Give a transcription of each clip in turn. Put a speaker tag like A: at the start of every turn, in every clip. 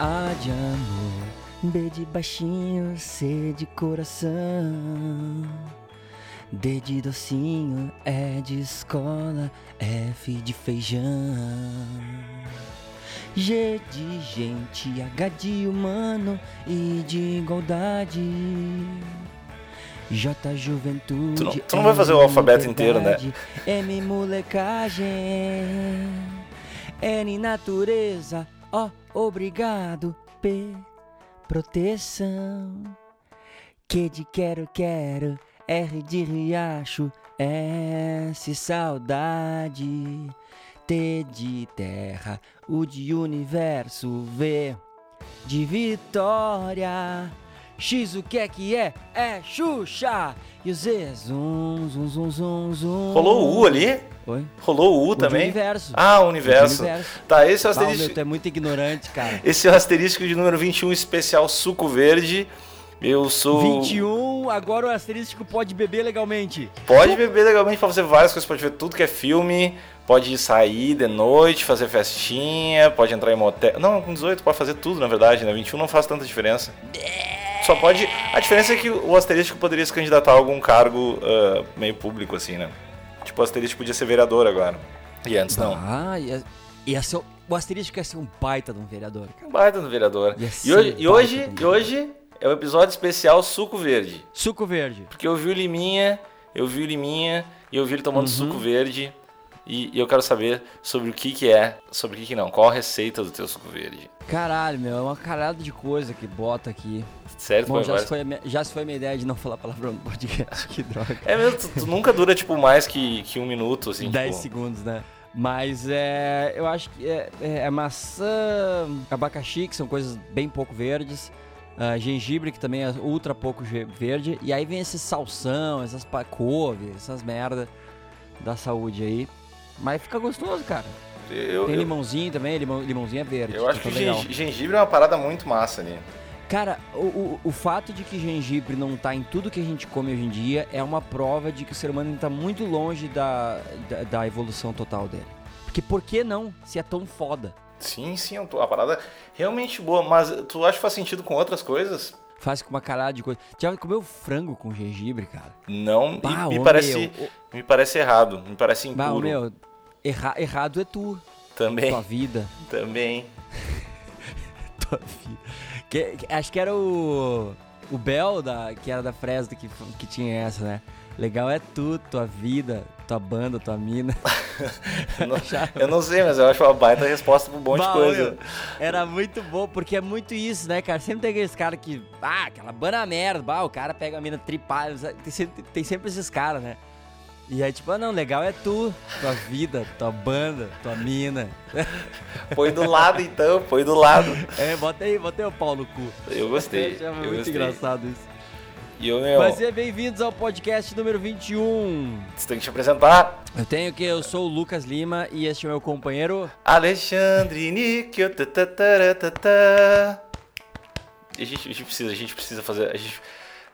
A: Ah, B de baixinho, C de coração. D de docinho, E de escola, F de feijão. G de gente, H de humano e de igualdade. J juventude.
B: Tu não- tu não vai fazer o alfabeto inteiro, né?
A: liberdade, M molecagem. N natureza. O obrigado. P proteção. Q de quero quero. R de riacho. S saudade. T de terra, U de universo, V de vitória. X o que é que é? É Xuxa! E o Z, zum, zum, zum, zum, zum.
B: Rolou o U ali?
A: Oi?
B: Rolou o U
A: O de
B: também?
A: universo.
B: Ah, o
A: O
B: universo.
A: de universo.
B: Tá, esse é o
A: Ah,
B: asterisco.
A: meu, tu é muito ignorante, cara.
B: Esse é o asterisco de número 21 especial Suco Verde. Eu sou.
A: 21, agora o asterisco pode beber legalmente.
B: Pode beber legalmente pra fazer várias coisas, pode ver tudo que é filme, pode sair de noite, fazer festinha, pode entrar em motel. Não, com 18 pode fazer tudo, na verdade, né? 21 não faz tanta diferença. Só pode. A diferença é que o asterisco poderia se candidatar a algum cargo ah, meio público, assim, né? Tipo, o asterisco podia ser vereador agora. E antes não.
A: Ah, ia, ia ser, o- o asterisco ia ser um baita de um vereador.
B: Um Baita no vereador.
A: Ia
B: E
A: ser
B: hoje, e
A: um baita
B: hoje,
A: de um
B: e hoje é o episódio especial Suco Verde.
A: Suco verde.
B: Porque eu vi o Liminha, eu vi o Liminha e eu vi ele
A: Uhum.
B: tomando suco verde. E, e eu quero saber sobre o que que é, sobre o que que não. Qual a receita do teu suco verde?
A: Caralho, meu, é uma caralhada de coisa que bota aqui.
B: Sério, tu
A: Bom,
B: vai
A: já se,
B: várias-
A: foi a minha, já se foi a minha ideia de não falar palavrão no podcast, que droga.
B: É mesmo, tu, tu nunca dura, tipo, mais que, que um minuto, assim,
A: 10
B: tipo...
A: segundos, né? Mas é, eu acho que é, é- é maçã, abacaxi, que são coisas bem pouco verdes, ah, gengibre, que também é ultra pouco ge- verde, e aí vem esse salsão, essas pa- couve, essas merda da saúde aí. Mas fica gostoso, cara.
B: Eu,
A: Tem
B: eu,
A: limãozinho também, limão, limãozinho é verde.
B: eu acho que
A: fica legal.
B: gen- gengibre é uma parada muito massa ali.
A: Cara, o, o, o fato de que gengibre não tá em tudo que a gente come hoje em dia é uma prova de que o ser humano ainda tá muito longe da, da, da evolução total dele. Porque por que não, se é tão foda?
B: Sim, sim, eu tô- a parada realmente boa, mas tu acha que faz sentido com outras coisas?
A: Faz com uma caralho de coisa. Já comeu frango com gengibre, cara?
B: Não, e-
A: Bah,
B: me,
A: ô,
B: parece,
A: meu, ô-
B: me parece errado, me parece
A: Bah,
B: impuro.
A: ô, meu, erra- errado é tu,
B: Também,
A: tua vida.
B: também.
A: Tua vida. Que- que- acho que era o. O Bel, da, que era da Fresno, que, f- que tinha essa, né? Legal é tu, tua vida, tua banda, tua mina.
B: Eu não- eu não sei, mas eu acho uma baita resposta pra um monte de
A: Bah,
B: coisa.
A: meu, Era muito bom, porque é muito isso, né, cara? Sempre tem aqueles caras que. Ah, aquela bana merda, bah, o cara pega a mina tripada. sabe? Tem, sempre- tem sempre esses caras, né? E aí, tipo, ah, não, legal é tu, tua vida, tua banda, tua mina.
B: Põe do lado então, põe do lado.
A: É, bota aí, bota aí o pau no cu.
B: Eu gostei.
A: Eu achava
B: eu
A: é muito
B: gostei.
A: engraçado isso.
B: E eu, meu,
A: Mas e bem-vindos ao podcast número 21.
B: você tem que te apresentar.
A: Eu tenho que, eu sou o Lucas Lima e este é o meu companheiro.
B: Alexandre Níquel. tã, tã, tará, tã, tã. E A gente, a gente precisa, a gente precisa fazer. a gente-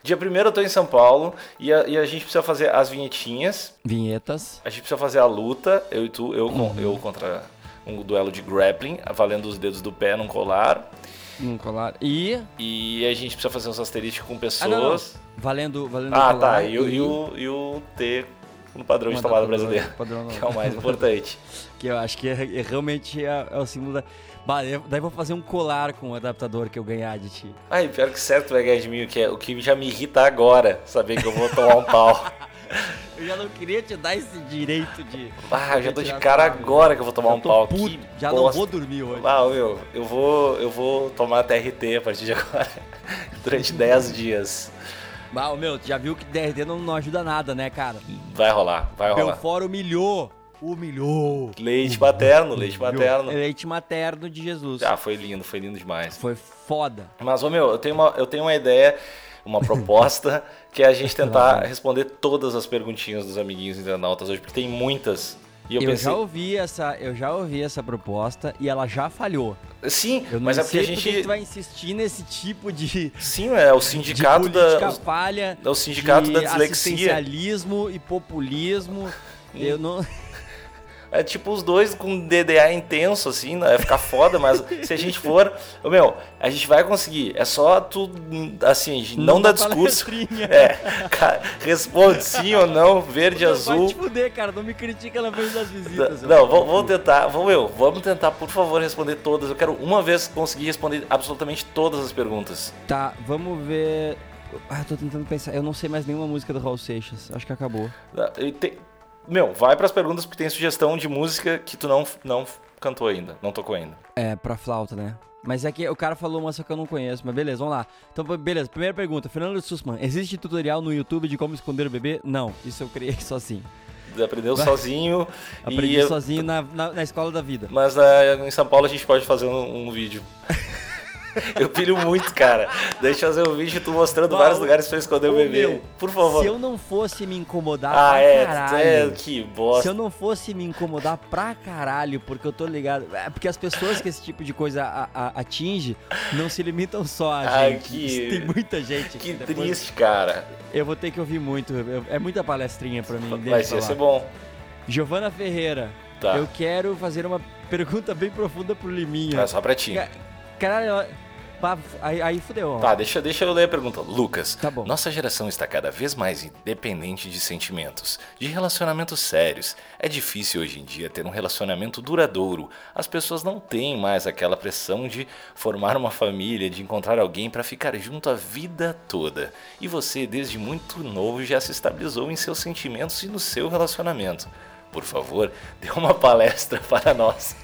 B: Dia 1 eu tô em São Paulo e a, e a gente precisa fazer as vinhetinhas.
A: Vinhetas.
B: A gente precisa fazer a luta, eu e tu, eu,
A: Uhum.
B: com- eu contra um duelo de grappling, valendo os dedos do pé num colar.
A: Num colar. E.
B: E a gente precisa fazer uns asterísticos com
A: Ah, não, não.
B: pessoas.
A: Valendo, valendo
B: Ah,
A: colar
B: tá. E, o- e o, e o T no padrão de
A: Mandar
B: tomada
A: pro-
B: brasileiro.
A: padrão não.
B: Que é o mais importante.
A: Que eu acho que é, é realmente é, é o símbolo da. Bah, eu- daí vou fazer um colar com o adaptador que eu ganhar de ti.
B: Ai, pior que certo vai ganhar de mim, o que, é, o que já me irrita agora, saber que eu vou tomar um pau.
A: Eu já não queria te dar esse direito de.
B: Ah, eu já tô de cara agora que eu vou tomar
A: Já
B: um
A: tô
B: pau.
A: puto,
B: Que
A: já não
B: bosta.
A: vou dormir hoje.
B: Ah, meu, eu vou, eu vou tomar TRT a partir de agora. Durante 10 dias.
A: Bah, ô, meu, tu já viu que DRT não, não ajuda nada, né, cara?
B: Vai rolar, vai rolar.
A: Belfort humilhou. Humilhou.
B: Leite paterno, leite paterno.
A: Leite materno de Jesus.
B: Ah, foi lindo, foi lindo demais.
A: Foi foda.
B: Mas, ô meu, eu tenho uma, eu tenho uma ideia, uma proposta, que é a gente tentar responder todas as perguntinhas dos amiguinhos internautas hoje, porque tem muitas. E eu,
A: Eu,
B: pensei.
A: já ouvi essa, eu já ouvi essa proposta e ela já falhou.
B: Sim,
A: Eu não
B: mas é porque
A: sei
B: a
A: por que
B: gente.
A: tu vai insistir nesse tipo de,
B: Sim, é o
A: de
B: sindicato
A: política
B: da.
A: falha,
B: é o sindicato
A: de
B: da dislexia.
A: assistencialismo e populismo. Eu não,
B: É tipo os dois com DDA intenso, assim, né? vai ficar foda, mas se a gente for. ô, Meu, a gente vai conseguir. É só tu, assim, não,
A: Não
B: dá
A: dá
B: discurso.
A: palestrinha.
B: É, ca- responde sim ou não, verde,
A: Vai
B: azul.
A: te fuder, cara. Não me critica na frente das visitas.
B: Não, vamos, vamos tentar, vamos, meu, vamos tentar, por favor, responder todas. Eu quero uma vez conseguir responder absolutamente todas as perguntas.
A: Tá, vamos ver. Ah, eu tô tentando pensar. Eu não sei mais nenhuma música do Raul Seixas. Acho que acabou.
B: E tem- meu, vai pras perguntas porque tem sugestão de música que tu não, não cantou ainda, não tocou ainda.
A: É, pra flauta, né? Mas é que o cara falou uma só que eu não conheço, mas beleza, vamos lá. Então, beleza, primeira pergunta. Fernando Sussman, existe tutorial no YouTube de como esconder o bebê? Não, isso eu criei sozinho.
B: Aprendeu
A: Vai.
B: sozinho.
A: Aprendi
B: e,
A: sozinho na, na, na escola da vida.
B: Mas ah, em São Paulo a gente pode fazer um, um vídeo. Eu pilho muito, cara. Deixa eu fazer um vídeo tu mostrando
A: Bah,
B: vários
A: o-
B: lugares pra eu esconder o
A: Ô,
B: bebê.
A: meu,
B: Por favor.
A: Se eu não fosse me incomodar
B: Ah,
A: pra
B: é, é.
A: caralho.
B: Que
A: Se
B: bosta.
A: eu não fosse me incomodar pra caralho, porque eu tô ligado. É porque as pessoas que esse tipo de coisa a- a- atinge não se limitam só a
B: Ai,
A: gente.
B: que-
A: Tem muita gente.
B: Que
A: depois
B: triste, cara.
A: Eu vou ter que ouvir muito. eu- é muita palestrinha pra mim.
B: Vai
A: deixa
B: ser,
A: pra
B: vai ser
A: lá.
B: bom.
A: Giovana Ferreira,
B: Tá.
A: eu quero fazer uma pergunta bem profunda pro Liminha.
B: É só pra ti.
A: Ca- Caralho, ó, pá, aí, aí fudeu. ó.
B: Tá, deixa, deixa eu ler a pergunta. Lucas,
A: Tá bom.
B: nossa geração está cada vez mais independente de sentimentos, de relacionamentos sérios. É difícil hoje em dia ter um relacionamento duradouro. As pessoas não têm mais aquela pressão de formar uma família, de encontrar alguém para ficar junto a vida toda. E você, desde muito novo, já se estabilizou em seus sentimentos e no seu relacionamento. Por favor, dê uma palestra para nós,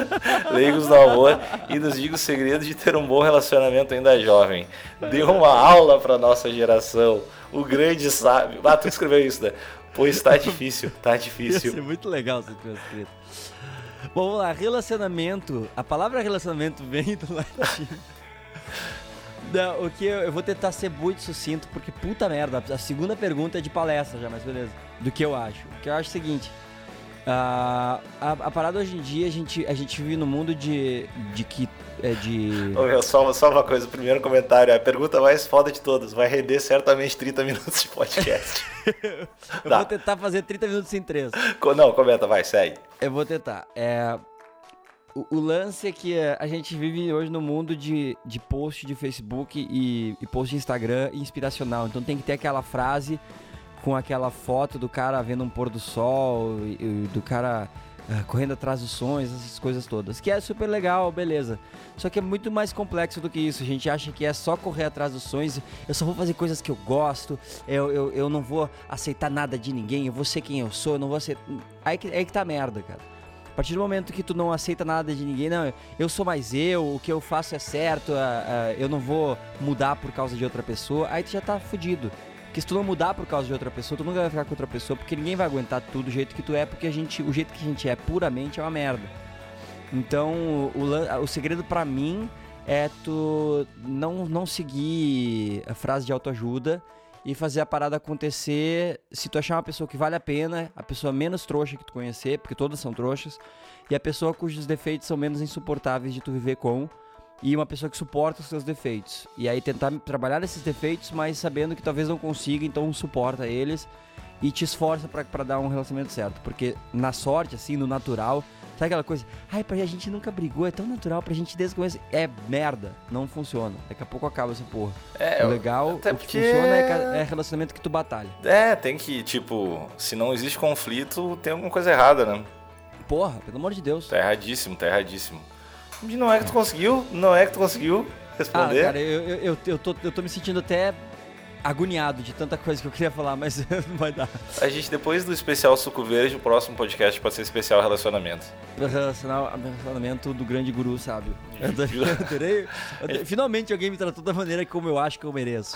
B: leigos do amor, e nos diga o segredo de ter um bom relacionamento ainda jovem. Dê uma aula para nossa geração. O grande sábio. Ah, tu escreveu isso, né? Pois tá difícil, tá
A: Ia
B: difícil.
A: ser muito legal se tivesse escrito. Bom, vamos lá, relacionamento. A palavra relacionamento vem do latim. Não, o que eu, eu vou tentar ser muito sucinto, porque puta merda, a segunda pergunta é de palestra já, mas beleza. Do que eu acho. O que eu acho é o seguinte. ah, a, a parada hoje em dia, a gente, a gente vive num mundo de. de que. É de.
B: Ô, meu, só, só uma coisa, o primeiro comentário, é a pergunta mais foda de todas. Vai render certamente 30 minutos de podcast.
A: Eu
B: Tá.
A: vou tentar fazer 30 minutos sem três.
B: Co- Não, comenta, vai, segue.
A: Eu vou tentar. É, o, o lance é que é, a gente vive hoje no mundo de, de post de Facebook e, e post de Instagram inspiracional. Então tem que ter aquela frase com aquela foto do cara vendo um pôr do sol, e- e do cara ah, correndo atrás dos sonhos, essas coisas todas. Que é super legal, beleza. Só que é muito mais complexo do que isso. A gente acha que é só correr atrás dos sonhos. Eu só vou fazer coisas que eu gosto. Eu, eu, eu não vou aceitar nada de ninguém. Eu vou ser quem eu sou. Eu não vou ser. Aí que, aí que tá a merda, cara. A partir do momento que tu não aceita nada de ninguém, não, eu sou mais eu, o que eu faço é certo, ah, ah, eu não vou mudar por causa de outra pessoa, aí tu já tá fudido. Porque se tu não mudar por causa de outra pessoa, tu nunca vai ficar com outra pessoa, porque ninguém vai aguentar tudo do jeito que tu é, porque a gente, o jeito que a gente é puramente é uma merda. Então, o, lan- o segredo pra mim é tu não, não seguir a frase de autoajuda e fazer a parada acontecer se tu achar uma pessoa que vale a pena, a pessoa menos trouxa que tu conhecer, porque todas são trouxas, e a pessoa cujos defeitos são menos insuportáveis de tu viver com, e uma pessoa que suporta os seus defeitos. E aí tentar trabalhar esses defeitos, mas sabendo que talvez não consiga, então suporta eles e te esforça pra- pra dar um relacionamento certo, porque na sorte, assim, no natural, sabe aquela coisa, ai, pra a gente nunca brigou, é tão natural pra gente desde o começo, é merda, não funciona. Daqui a pouco acaba essa porra.
B: É,
A: O legal, o
B: até
A: que
B: porque-
A: funciona é, ca- é relacionamento que tu batalha.
B: é, tem que, tipo, se não existe conflito, tem alguma coisa errada, né?
A: Porra, pelo amor de Deus.
B: Tá erradíssimo, tá erradíssimo. E não é que tu conseguiu, não é que tu conseguiu
A: Ah,
B: responder.
A: cara, eu, eu, eu, eu tô, eu tô me sentindo até agoniado de tanta coisa que eu queria falar, mas não vai dar.
B: A gente, depois do especial Suco Verde, o próximo podcast pode ser especial relacionamento.
A: Relacionar relacionamento do grande guru, sábio. Eu adorei, eu adorei- eu adorei- Finalmente alguém me tratou da maneira como eu acho que eu mereço.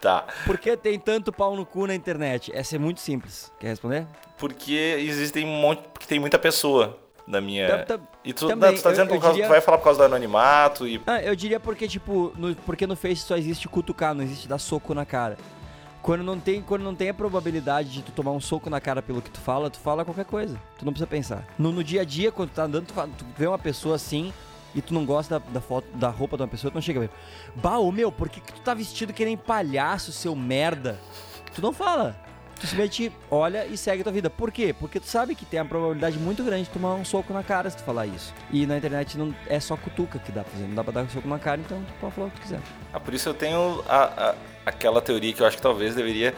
B: Tá.
A: Por que tem tanto pau no cu na internet? Essa é muito simples. Quer responder?
B: Porque existem um monte. Porque tem muita pessoa na minha.
A: Tam- tam-
B: E tu,
A: também,
B: não, tu tá
A: eu-
B: dizendo
A: eu
B: por causa.
A: diria-
B: Tu vai falar por causa do anonimato e.
A: Ah, eu diria porque, tipo, no, porque no Face só existe cutucar, não existe dar soco na cara. Quando não, tem, quando não tem a probabilidade de tu tomar um soco na cara pelo que tu fala, tu fala qualquer coisa. Tu não precisa pensar. No, no dia a dia, quando tu tá andando, tu, fala- tu vê uma pessoa assim e tu não gosta da, da foto, da roupa de uma pessoa, tu não chega mesmo. Bah, ô meu, por que, que tu tá vestido que nem palhaço, seu merda? Tu não fala. tu simplesmente olha e segue a tua vida. Por quê? Porque tu sabe que tem a probabilidade muito grande de tomar um soco na cara se tu falar isso. E na internet não é só cutuca que dá pra fazer, não dá pra dar um soco na cara, então tu pode falar o que tu quiser.
B: Ah, por isso eu tenho a- a- aquela teoria que eu acho que talvez deveria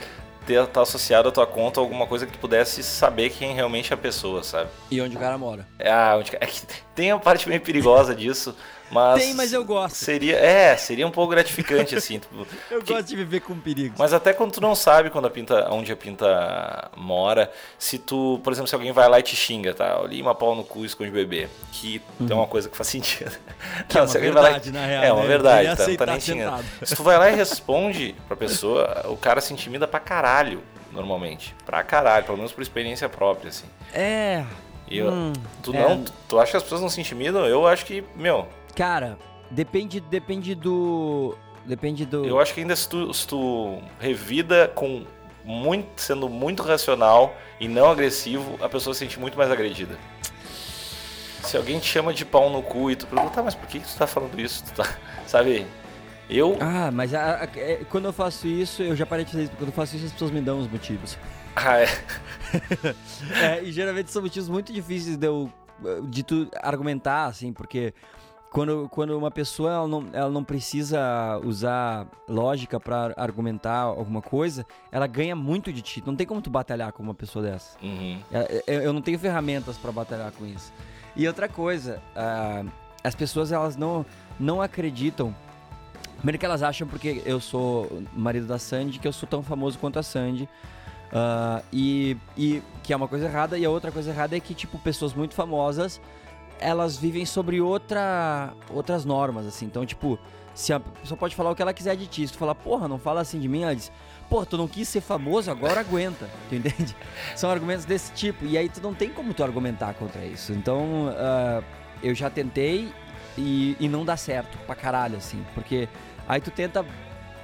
B: ter tá associado à tua conta alguma coisa que tu pudesse saber quem realmente é a pessoa, sabe?
A: E onde o cara mora.
B: É, ah, onde- é que tem a parte meio perigosa disso, mas
A: Tem, mas eu gosto.
B: seria, é, seria um pouco gratificante assim. tu-
A: Eu
B: Que-
A: gosto de viver com perigo.
B: Mas até quando tu não sabe quando a pinta, onde a pinta mora, se tu, por exemplo, se alguém vai lá e te xinga, tá? Lima pau no cu, esconde bebê. Que é uma coisa que faz sentido.
A: Uhum. Que é uma
B: se alguém vai lá e-
A: verdade, na real,
B: É uma
A: né? Ele
B: verdade, tá? Não tá
A: aceitar
B: nem xingando.
A: sentado.
B: Se tu vai lá e responde pra pessoa, o cara se intimida pra caralho, normalmente. Pra caralho, pelo menos por experiência própria, assim.
A: É.
B: E eu-
A: Hum,
B: tu
A: é.
B: não, tu, tu acha que as pessoas não se intimidam? Eu acho que, meu,
A: Cara, depende, depende do. Depende do.
B: Eu acho que ainda se tu, se tu revida com muito, sendo muito racional e não agressivo, a pessoa se sente muito mais agredida. Se alguém te chama de pau no cu e tu pergunta, tá, mas por que que tu tá falando isso? Tu tá- Sabe? Eu.
A: Ah, mas a- a- é, quando eu faço isso, eu já parei de fazer isso, porque quando eu faço isso as pessoas me dão os motivos.
B: Ah, é.
A: É, e geralmente são motivos muito difíceis de eu de tu argumentar, assim, porque quando, quando uma pessoa ela não, ela não precisa usar lógica pra argumentar alguma coisa, ela ganha muito de ti. Não tem como tu batalhar com uma pessoa dessa.
B: Uhum.
A: É, é, Eu não tenho ferramentas pra batalhar com isso. E outra coisa, ah, as pessoas elas não, não acreditam. Primeiro que elas acham porque eu sou marido da Sandy, que eu sou tão famoso quanto a Sandy. ah, e, e que é uma coisa errada. E a outra coisa errada é que, tipo, pessoas muito famosas, elas vivem sobre outra, outras normas, assim. Então, tipo, se a pessoa pode falar o que ela quiser de ti. Se tu falar, porra, não fala assim de mim, ela diz, porra, tu não quis ser famoso, agora aguenta. Tu entende? São argumentos desse tipo. E aí tu não tem como tu argumentar contra isso. Então, ah, eu já tentei e, e não dá certo pra caralho, assim. Porque aí tu tenta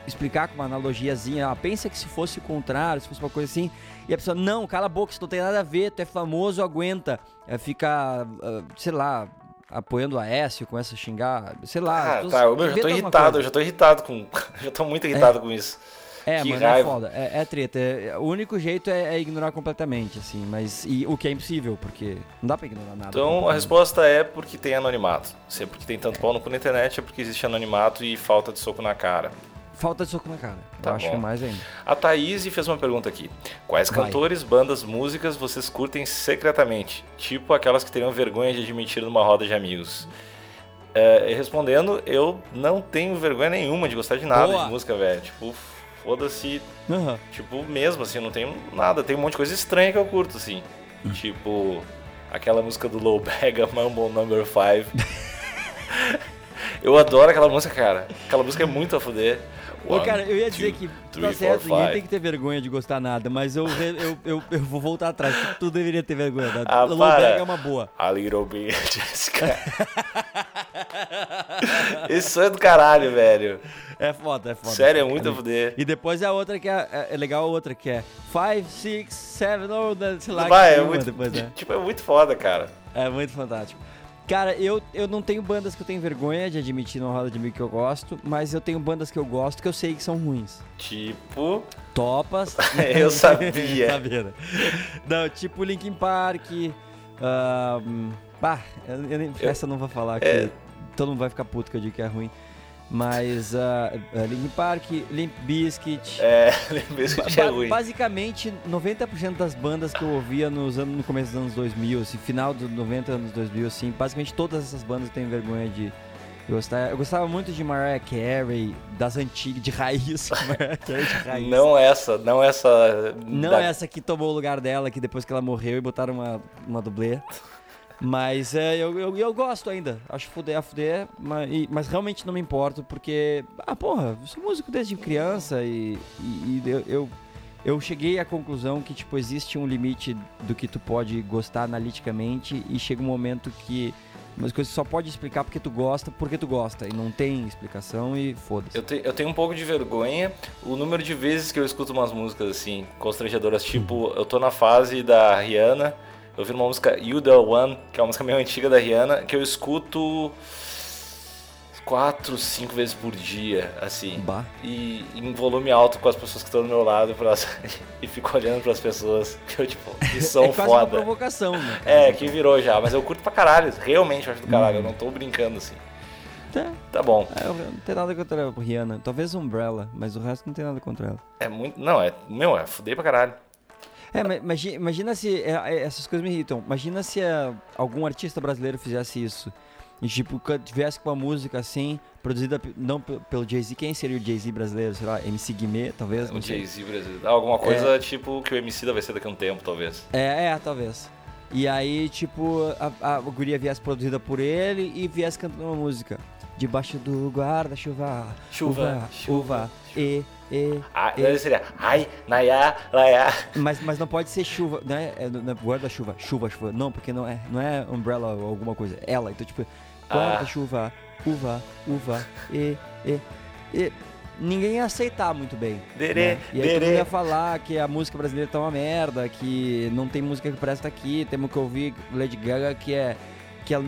A: explicar com uma analogiazinha, ah, pensa que se fosse o contrário, se fosse uma coisa assim, e a pessoa, não, cala a boca, isso não tem nada a ver, tu é famoso, aguenta. É, fica, ah, sei lá, apoiando o Aécio, começa a xingar, sei lá.
B: Ah,
A: tu
B: tá. Eu meu, já tô
A: então inventa alguma
B: irritado,
A: coisa.
B: eu já tô irritado com. já tô muito irritado com isso.
A: É,
B: Que
A: mano,
B: raiva.
A: é foda. É, é treta. É- o único jeito é, é ignorar completamente, assim. Mas. E o que é impossível, porque não dá pra ignorar nada.
B: Então a
A: completamente.
B: resposta é porque tem anonimato. Se é porque tem tanto pau no cu na internet, é porque existe anonimato e falta de soco na cara.
A: Falta de soco na cara.
B: Tá
A: eu acho que
B: bom.
A: é mais ainda.
B: A Thaís fez uma pergunta aqui. Quais
A: Vai.
B: cantores, bandas, músicas vocês curtem secretamente? Tipo aquelas que teriam vergonha de admitir numa roda de amigos. É, e respondendo, eu não tenho vergonha nenhuma de gostar de nada
A: Boa.
B: de música, velho. Tipo, foda-se,
A: Aham.
B: tipo, mesmo assim, eu não tenho nada. Tem um monte de coisa estranha que eu curto, assim.
A: Hum.
B: Tipo, aquela música do Low Bega, Mumble Number 5. eu adoro aquela música, cara. Aquela música é muito a fuder.
A: Ô,
B: One,
A: cara, eu ia dizer
B: two,
A: que
B: three,
A: tá
B: four,
A: certo, ninguém
B: five.
A: tem que ter vergonha de gostar nada, mas eu, re- eu, eu, eu vou voltar atrás. Tu deveria ter vergonha. Tá?
B: Ah,
A: Low
B: para.
A: Bag é uma boa.
B: A little bit, Jessica. Esse sonho é do caralho, velho.
A: É foda, é foda.
B: Sério, é muito a fuder.
A: E depois é a outra que é, é- é legal a outra que é 5, 6, 7, oh, sei lá. que
B: Vai, é
A: tem uma
B: muito,
A: depois, né?
B: tipo, é muito foda, cara.
A: É muito fantástico. Cara, eu, eu não tenho bandas que eu tenho vergonha de admitir numa roda de mim que eu gosto, mas eu tenho bandas que eu gosto que eu sei que são ruins.
B: Tipo,
A: Topas.
B: É, Eu sabia.
A: Sabia, né? Não, tipo Linkin Park. ahn, bah, eu, eu nem, essa eu não vou falar, que
B: é.
A: todo mundo vai ficar puto que eu digo que é ruim. Mas ah, ah, Linkin Park, Limp Bizkit.
B: é, lembrei que já é
A: Ba-
B: ruim.
A: Basicamente, 90% das bandas que eu ouvia nos anos, no começo dos anos 2000, assim, final dos 90, anos 2000, assim, basicamente todas essas bandas eu tenho vergonha de gostar. Eu gostava muito de Mariah Carey, das antigas, de raiz. Mariah Carey de raiz.
B: Não essa, não essa.
A: é Não
B: da-
A: essa que tomou o lugar dela, que depois que ela morreu e botaram uma, uma dublê. Mas é, eu, eu, eu gosto ainda. Acho fuder a fuder, mas, e- mas realmente não me importo, porque. Ah, porra, eu sou músico desde criança e, e- e eu, eu, eu cheguei à conclusão que, tipo, existe um limite do que tu pode gostar analiticamente e chega um momento que. Umas coisas só pode explicar porque tu gosta, porque tu gosta. E não tem explicação e foda-se.
B: Eu, te- eu tenho um pouco de vergonha o número de vezes que eu escuto umas músicas assim, constrangedoras. Tipo, eu tô na fase da Rihanna, eu vi uma música You The One, que é uma música meio antiga da Rihanna, que eu escuto quatro, cinco vezes por dia, assim.
A: Bah.
B: E em volume alto com as pessoas que estão do meu lado pra elas- e fico olhando pras pessoas que eu, tipo, que
A: é
B: são
A: quase uma
B: foda.
A: provocação, né? cara?
B: É, que virou já, mas eu curto pra caralho, realmente eu acho do caralho, eu não tô brincando assim.
A: Tá.
B: Tá bom.
A: Ah, eu não tem nada contra a Rihanna. Talvez Umbrella, mas o resto não tem nada contra ela.
B: É muito. Não, é. Meu, é fudei pra caralho.
A: É, ma- imagi- imagina se. é, é, essas coisas me irritam. Imagina se é, algum artista brasileiro fizesse isso. E, tipo, can- tivesse com uma música assim, produzida pe- não pe- pelo Jay-Z. Quem seria o Jay-Z brasileiro? Sei lá, MC Guimê, talvez?
B: É, O
A: não sei.
B: Um Jay-Z brasileiro. Ah, Alguma coisa tipo que o MC da vai ser daqui a um tempo, talvez.
A: É, é, talvez. E aí, tipo, a, a guria viesse produzida por ele e viesse cantando uma música. Debaixo do guarda-chuva.
B: Chuva,
A: uva,
B: chuva,
A: uva, E, e.
B: Ah,
A: e.
B: daí seria. Ai, Nayá, Laiá.
A: Mas, mas não pode ser chuva, né? É, não é guarda-chuva, chuva, chuva. Não, porque não é, não é umbrella ou alguma coisa. é Ela, então tipo,
B: Ah.
A: guarda-chuva, uva, uva, e, e, e. Ninguém ia aceitar muito bem.
B: Derê,
A: né? E aí todo
B: derê.
A: mundo ia falar que a música brasileira tá uma merda, que não tem música que presta aqui, temos que ouvir Lady Gaga que é. Que ela,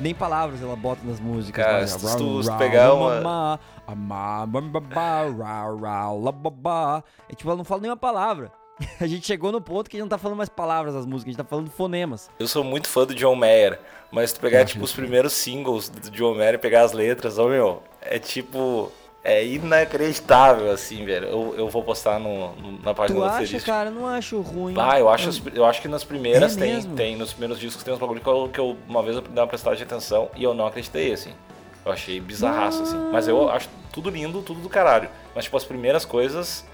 A: nem palavras ela bota nas músicas.
B: Cara,
A: né?
B: se tu- se tu
A: Rau, rau,
B: pegar
A: rau,
B: uma-
A: mamá, amá, bababá, rau, rau, lababá. É tipo, ela não fala nenhuma palavra. A gente chegou no ponto que a gente não tá falando mais palavras das músicas, a gente tá falando fonemas.
B: Eu sou muito fã do John Mayer, mas se tu pegar, tipo, os primeiros singles do John Mayer e pegar as letras, ô meu, é tipo. É inacreditável, assim, velho. Eu, eu vou postar no, no- na página
A: tu
B: do
A: acha,
B: Ferístico.
A: cara? Eu Não acho ruim.
B: Ah, eu acho, os- eu acho que nas primeiras
A: É
B: tem,
A: mesmo?
B: tem, nos primeiros discos tem uns bagulho que eu, que eu- uma vez eu dei uma prestada de atenção e eu não acreditei, assim. Eu achei bizarraço, assim. Mas
A: Ah.
B: eu acho tudo lindo, tudo do caralho. Mas, tipo, as primeiras coisas,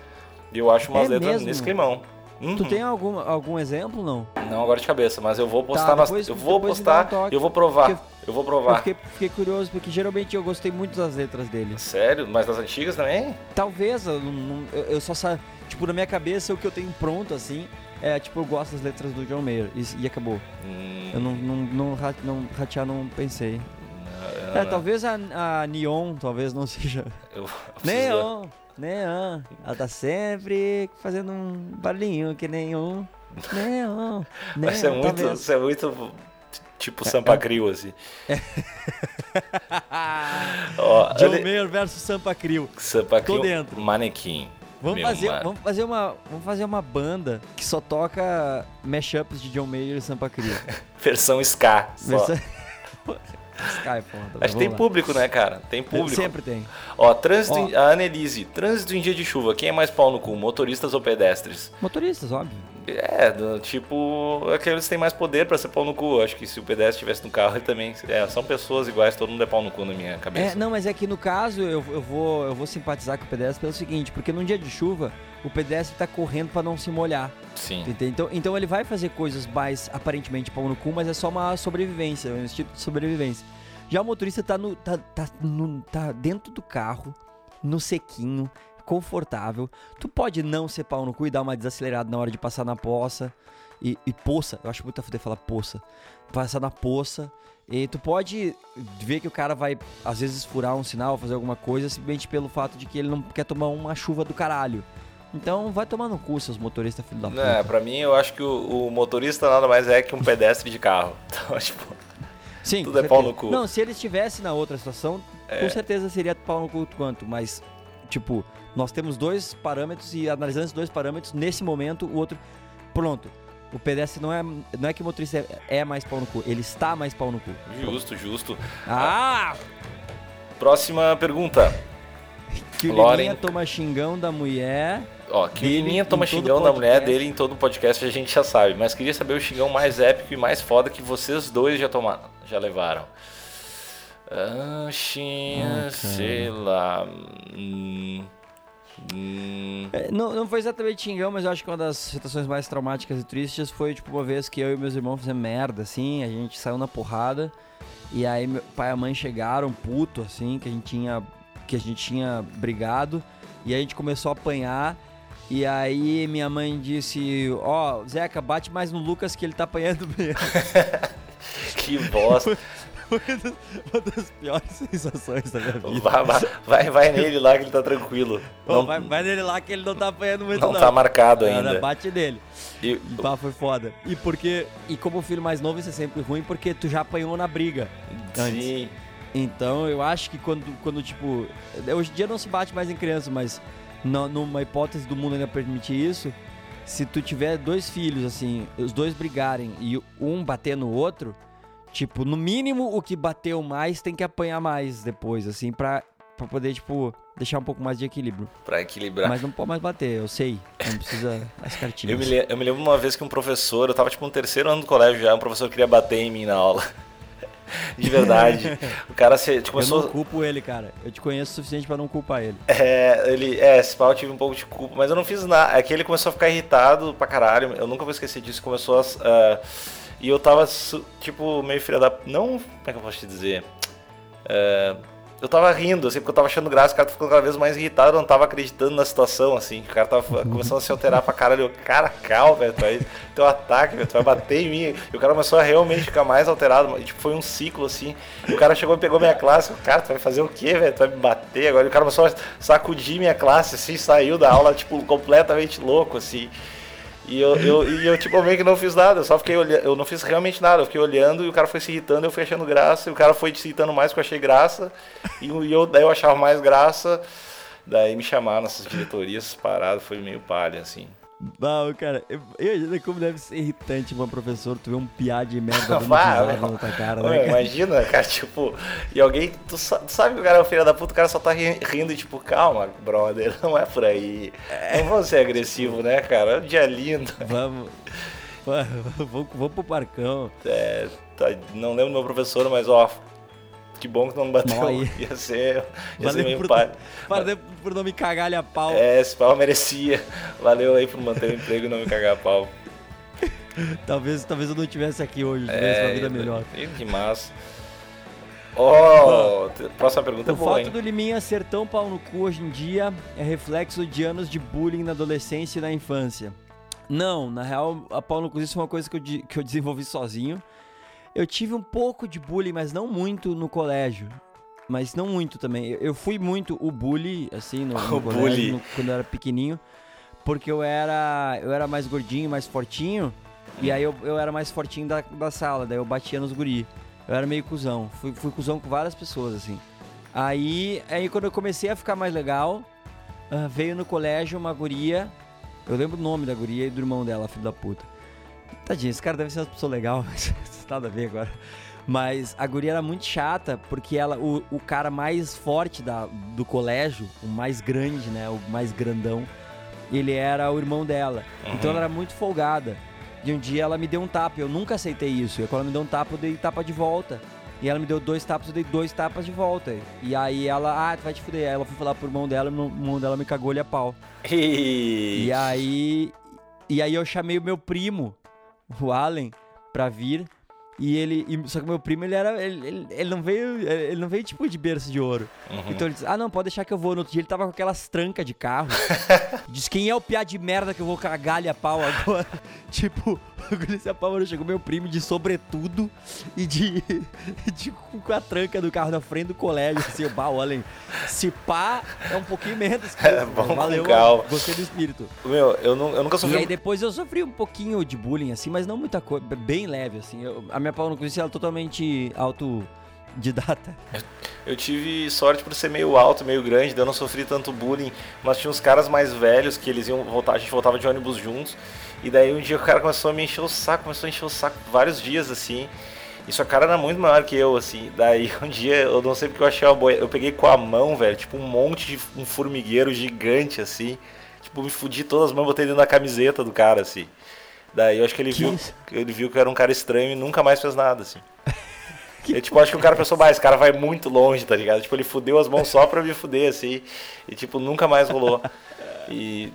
B: eu acho umas
A: É
B: letras
A: mesmo?
B: nesse climão. Uhum.
A: Tu tem algum, algum exemplo, não?
B: Não agora de cabeça, mas eu vou postar,
A: Tá,
B: nas-
A: depois-
B: eu vou
A: depois me dá um
B: postar,
A: toque,
B: eu vou provar,
A: porque-
B: eu vou
A: Eu
B: provar.
A: fiquei, fiquei curioso, porque geralmente eu gostei muito das letras dele.
B: Sério? Mas das antigas também?
A: Talvez, eu, não- não- eu- eu só sa... Tipo, na minha cabeça, o que eu tenho pronto, assim, é, tipo, eu gosto das letras do John Mayer. E, e acabou.
B: Hum,
A: Eu não, não, não, ra- não ratear, não pensei.
B: não,
A: É,
B: não.
A: talvez a, a Neon, talvez não seja.
B: Eu, eu preciso-
A: Neon, Neon. Ela tá sempre fazendo um barulhinho que nenhum. Neon, Neon.
B: Mas isso é muito,
A: talvez. É,
B: isso é muito tipo Sampa Crio, assim. Ó,
A: John
B: olha-
A: Mayer versus Sampa Crio.
B: Sampa Crio,
A: dentro.
B: manequim.
A: Vamos
B: meu
A: fazer,
B: mano.
A: vamos, fazer uma, vamos fazer uma banda que só toca mashups de John Mayer e Sampa Crio.
B: Versão ska. só.
A: Versão- Sky, porra, tá bom,
B: Acho que tem
A: vamos lá.
B: público, né, cara? Tem público.
A: Sempre tem.
B: Ó, trânsito
A: Ó.
B: Em, a Annelise, trânsito em dia de chuva, quem é mais pau no cu, motoristas ou pedestres?
A: Motoristas, óbvio.
B: É, do- tipo, aqueles que têm mais poder pra ser pau no cu. Acho que se o pedestre estivesse no carro, ele também. É, são pessoas iguais, todo mundo é pau no cu na minha
A: É,
B: cabeça.
A: não, mas é que no caso eu, eu, vou, eu vou simpatizar com o pedestre pelo seguinte, porque num dia de chuva, o pedestre tá correndo pra não se molhar.
B: Sim.
A: entende? Então, então ele vai fazer coisas mais aparentemente pau no cu, mas é só uma sobrevivência, um instinto de sobrevivência. Já o motorista tá, no, tá, tá, no- tá dentro do carro, no sequinho, confortável. Tu pode não ser pau no cu e dar uma desacelerada na hora de passar na poça. E, e poça, eu acho muito a fuder falar poça. Passar na poça. E tu pode ver que o cara vai, às vezes, furar um sinal, fazer alguma coisa, simplesmente pelo fato de que ele não quer tomar uma chuva do caralho. Então vai tomar no cu, seus motoristas, filho da puta.
B: É, pra mim, eu acho que o, o motorista nada mais é que um pedestre de carro. Então, tipo,
A: Sim,
B: Tudo
A: com
B: é pau
A: certeza.
B: no cu. É.
A: Não, se ele estivesse na outra situação, com certeza seria pau no cu quanto, mas tipo, nós temos dois parâmetros e analisando esses dois parâmetros, nesse momento o outro pronto. O pedestre não é não é que o motorista é, é mais pau no cu, ele está mais pau no cu.
B: justo, justo.
A: Ah!
B: Próxima pergunta.
A: Que o
B: Lauren-
A: Liminha toma xingão da mulher.
B: Ó, que
A: Dele
B: menina
A: em
B: toma
A: todo
B: xingão da mulher
A: podcast.
B: dele em todo podcast, a gente já sabe. Mas queria saber o xingão mais épico e mais foda que vocês dois já tomaram, já levaram. Ah, xin- sei lá. Hum, hum,
A: É, Não, não foi exatamente xingão, mas eu acho que uma das situações mais traumáticas e tristes foi, tipo, uma vez que eu e meus irmãos fizemos merda, assim, a gente saiu na porrada, e aí meu pai e a mãe chegaram, puto, assim, que a gente tinha, que a gente tinha brigado, e a gente começou a apanhar, e aí minha mãe disse, ó, Zeca, bate mais no Lucas que ele tá apanhando mesmo.
B: que bosta.
A: Foi uma das- uma das piores sensações da minha vida.
B: Vai, vai- vai, vai nele lá que ele tá tranquilo.
A: Ô,
B: Não,
A: vai, vai nele lá que ele não tá apanhando muito,
B: não tá marcado
A: Cara,
B: ainda.
A: Bate nele.
B: E-
A: E pá, foi foda. E porque. E como o filho mais novo, isso é sempre ruim, porque tu já apanhou na briga. antes.
B: sim.
A: Então eu acho que quando, quando tipo. Hoje em dia não se bate mais em criança, mas na- numa hipótese do mundo ainda permitir isso, se tu tiver dois filhos, assim, os dois brigarem e um bater no outro, tipo, no mínimo o que bateu mais tem que apanhar mais depois, assim, pra, pra poder, tipo, deixar um pouco mais de equilíbrio.
B: Pra equilibrar.
A: Mas não pode mais bater, eu sei. Não precisa as cartinhas.
B: Ah. Eu me, le- eu me lembro uma vez que um professor, eu tava tipo no terceiro ano do colégio já, um professor queria bater em mim na aula. De verdade. o cara se, tipo,
A: Eu não
B: começou.
A: culpo ele, cara. Eu te conheço o suficiente pra não culpar ele.
B: É, ele, é, esse pau eu tive um pouco de culpa, mas eu não fiz nada. É que ele começou a ficar irritado pra caralho. Eu nunca vou esquecer disso. Começou a. ah, e eu tava, su- tipo, meio filha da. Não. Como é que eu posso te dizer? É, eu tava rindo, assim, porque eu tava achando graça. O cara ficou cada vez mais irritado. Eu não tava acreditando na situação, assim. O cara tava começando a se alterar pra caralho. Eu, cara, calma, velho. Tu vai ter um ataque, velho. Tu vai bater em mim. E o cara começou a realmente ficar mais alterado. E, tipo, foi um ciclo, assim. O cara chegou e pegou minha classe. Eu, Cara, tu vai fazer o quê, velho? Tu vai me bater agora. E o cara começou a sacudir minha classe, assim. Saiu da aula, tipo, completamente louco, assim. E eu, eu, e eu, tipo, meio que não fiz nada, eu só fiquei olhando, eu não fiz realmente nada, eu fiquei olhando e o cara foi se irritando, eu fui achando graça, e o cara foi se irritando mais que eu achei graça, e eu- e eu, daí eu achava mais graça, daí me chamaram nessas diretorias, parado, foi meio palha, assim.
A: Não, cara, eu eu imagino como deve ser irritante pra um professor, tu vê um piá de merda dando
B: Vá,
A: risada
B: Tipo, ah, meu.
A: na tua cara,
B: Ué,
A: né, cara?
B: imagina, cara, tipo, e alguém, tu, sa- tu sabe que o cara é um filho da puta, o cara só tá ri- rindo, tipo, calma, brother, não é por aí, não vou ser agressivo, né, cara, é um dia lindo.
A: Vamos. Vamos, vamos- vamos pro parcão.
B: É, tá, não lembro do meu professor, mas ó, que bom que não bateu.
A: Bom aí.
B: Ia ser, ia ser
A: Valeu
B: meio
A: por,
B: pai.
A: valeu por não me cagar a pau.
B: É, esse pau merecia. Valeu aí por manter o emprego e não me cagar a pau.
A: Talvez, talvez eu não estivesse aqui hoje, talvez
B: É,
A: uma vida melhor.
B: e Que massa. Ó, te- próxima pergunta é
A: O
B: boa,
A: fato
B: hein?
A: do Liminha ser tão pau no cu hoje em dia é reflexo de anos de bullying na adolescência e na infância. Não, na real, a pau no cu isso foi uma coisa que eu, de- que eu desenvolvi sozinho. Eu tive um pouco de bullying, mas não muito no colégio. Mas não muito também. Eu- Eu fui muito o bully, assim, no, no
B: O
A: colégio,
B: bully.
A: no- quando eu era pequenininho. Porque eu era, eu era mais gordinho, mais fortinho. E aí eu, eu era mais fortinho da, da sala, daí eu batia nos guri. Eu era meio cuzão. Fui, fui cuzão com várias pessoas, assim. Aí, aí quando eu comecei a ficar mais legal, ah, veio no colégio uma guria. Eu lembro o nome da guria e do irmão dela, filho da puta. Tadinho, esse cara deve ser uma pessoa legal, mas nada a ver agora. Mas a guria era muito chata, porque ela, o, o cara mais forte da, do colégio, o mais grande, né? O mais grandão, ele era o irmão dela. Então ela era muito folgada. E um dia ela me deu um tapa, eu nunca aceitei isso. E quando ela me deu um tapa, eu dei tapa de volta. E ela me deu dois tapas, eu dei dois tapas de volta. E aí ela, ah, tu vai te fuder. Aí ela foi falar pro irmão dela, e o irmão dela me cagou-lhe a pau.
B: Ih,
A: E aí, e aí eu chamei o meu primo, o Allen, pra vir. E ele, e- só que meu primo ele era, ele, ele- ele não veio, ele não veio tipo de berço de ouro. Então ele disse: "Ah, não, pode deixar que eu vou". No outro dia ele tava com aquelas trancas de carro. Diz: "Quem é o piá de merda que eu vou cagar-lhe a pau agora?" tipo, o guri se apavorou, chegou meu primo de sobretudo e de, e de com a tranca do carro na frente do colégio, assim, o bah, o Allen. Se pá, é um pouquinho menos. que
B: É,
A: isso,
B: vamos com
A: valeu.
B: calma.
A: Gostei do espírito.
B: meu, eu, nu- eu nunca
A: E aí
B: sofri.
A: depois eu sofri um pouquinho de bullying, assim, mas não muita coisa, bem leve, assim. Eu- a minha pau no cu, ela é totalmente autodidata.
B: Eu tive sorte por ser meio alto, meio grande, daí eu não sofri tanto bullying, mas tinha uns caras mais velhos que eles iam voltar, a gente voltava de ônibus juntos, e daí um dia o cara começou a me encher o saco, começou a encher o saco vários dias assim. E sua cara era muito maior que eu, assim. Daí um dia, eu não sei porque eu achei uma boia. Eu peguei com a mão, velho, tipo um monte de um formigueiro gigante, assim. Tipo, me fudi todas as mãos, botei dentro da camiseta do cara, assim. Daí eu acho que ele
A: Que
B: viu.
A: isso?
B: Ele viu que eu era um cara estranho e nunca mais fez nada, assim. Eu, tipo, acho que o cara pensou, bah, esse cara vai muito longe, tá ligado? Tipo, ele fudeu as mãos só pra me fuder, assim. E, tipo, nunca mais rolou. E.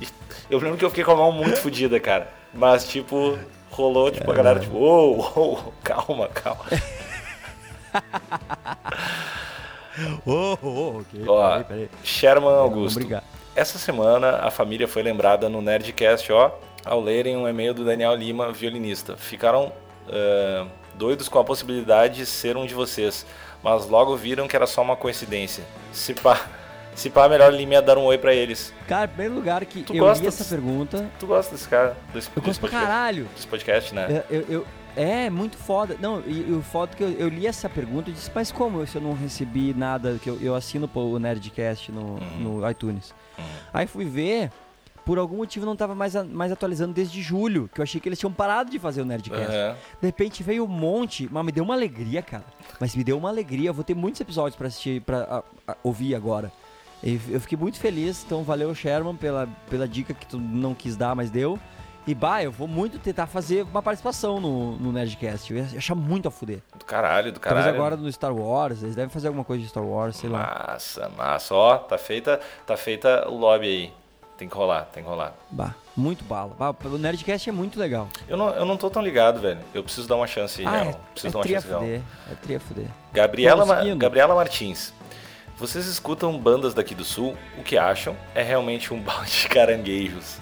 B: e- Eu lembro que eu fiquei com a mão muito fudida, cara. Mas, tipo, rolou, tipo, a galera, tipo, ô, ô, calma, calma.
A: Oh, oh, ok.
B: Ó,
A: Peraí, peraí.
B: Sherman Augusto.
A: Obrigado.
B: Essa semana a família foi lembrada no Nerdcast, ó, ao lerem um e-mail do Daniel Lima, violinista. Ficaram ah, doidos com a possibilidade de ser um de vocês, mas logo viram que era só uma coincidência. Se pá, se pá melhor Lima ia dar um oi pra eles.
A: Cara, em primeiro lugar que
B: Tu
A: eu
B: gosta
A: li essa
B: de-
A: pergunta,
B: Tu gosta desse cara? Desse,
A: eu
B: desse
A: gosto pra
B: podcast,
A: caralho.
B: desse podcast, né?
A: Eu, eu, eu- É, muito foda. Não, e, e o foda que eu, eu li essa pergunta e disse, mas como se eu não recebi nada, que eu, eu assino pô, o Nerdcast no, no iTunes. Aí fui ver, por algum motivo não tava mais, a- mais atualizando desde julho, que eu achei que eles tinham parado de fazer o Nerdcast.
B: Aham.
A: De repente veio um monte, mas me deu uma alegria, cara. Mas me deu uma alegria. Eu vou ter muitos episódios pra assistir, pra a- a- ouvir agora. E f- eu fiquei muito feliz, então valeu, Sherman, pela, pela dica que tu não quis dar, mas deu. E bah, eu vou muito tentar fazer uma participação no, no Nerdcast. Eu ia achar muito a fuder.
B: Do caralho, do caralho. Ah.
A: Talvez agora no Star Wars, eles devem fazer alguma coisa de Star Wars, sei lá.
B: Massa, massa. Ó, tá feita, tá feita o lobby aí. Tem que rolar, tem que rolar.
A: Bah, muito bala. Bah, o Nerdcast é muito legal.
B: Eu não, eu não tô tão ligado, velho. Eu preciso dar uma chance aí,
A: ah,
B: real.
A: é,
B: Preciso
A: é
B: dar uma
A: tri a
B: chance real.
A: fuder. É tri a fuder.
B: Gabriela,
A: Vamos
B: Ma-
A: seguindo.
B: Gabriela Martins. Vocês escutam bandas daqui do sul, o que acham? É realmente um balde de caranguejos?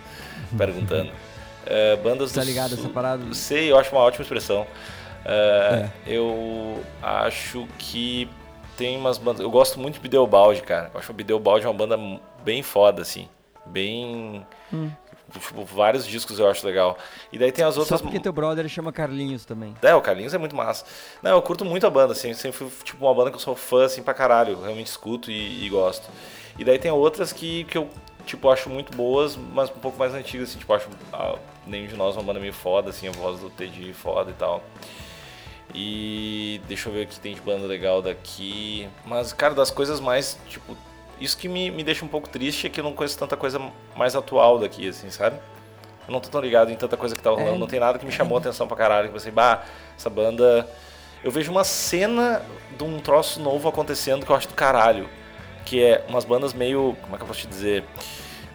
B: Perguntando. É, bandas
A: Tá
B: do
A: ligado
B: sul.
A: essa parada?
B: Eu sei, eu acho uma ótima expressão. É, Eu acho que tem umas bandas. Eu gosto muito de Bideobaldi, cara. Eu acho o Bideobaldi é uma banda m- bem foda, assim. Bem. Tipo, vários discos eu acho legal. E daí tem as outras.
A: Hum. Só porque teu brother chama Carlinhos também.
B: É, o Carlinhos é muito massa. Não, eu curto muito a banda, assim, sempre fui tipo uma banda que eu sou fã, assim, pra caralho. Eu realmente escuto e, e gosto. E daí tem outras que, que eu, tipo, acho muito boas, mas um pouco mais antigas, assim, tipo, acho ah, nenhum de nós é uma banda meio foda, assim, a voz do Teddy foda e tal. E deixa eu ver o que tem de banda legal daqui. Mas, cara, das coisas mais, tipo, isso que me, me deixa um pouco triste é que eu não conheço tanta coisa mais atual daqui, assim, sabe? Eu não tô tão ligado em tanta coisa que tá rolando,
A: É.
B: não tem nada que me chamou a atenção pra caralho. Que eu pensei, bah, essa banda. Eu vejo uma cena de um troço novo acontecendo que eu acho do caralho. Que é umas bandas meio. Como é que eu posso te dizer?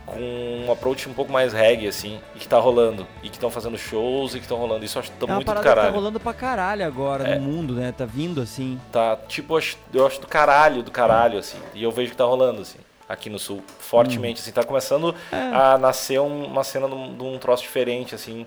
B: Com um approach um pouco mais reggae, assim, e que tá rolando. E que estão fazendo shows e que estão rolando. Isso eu acho tão
A: é uma
B: muito do
A: parada que tá
B: caralho. É.
A: rolando pra caralho agora no mundo, né? Tá vindo assim.
B: Tá, tipo, eu acho- eu acho do caralho, do caralho, assim. E eu vejo que tá rolando, assim, aqui no sul, fortemente, assim. Tá começando
A: É.
B: a nascer um- uma cena de um, de um troço diferente, assim,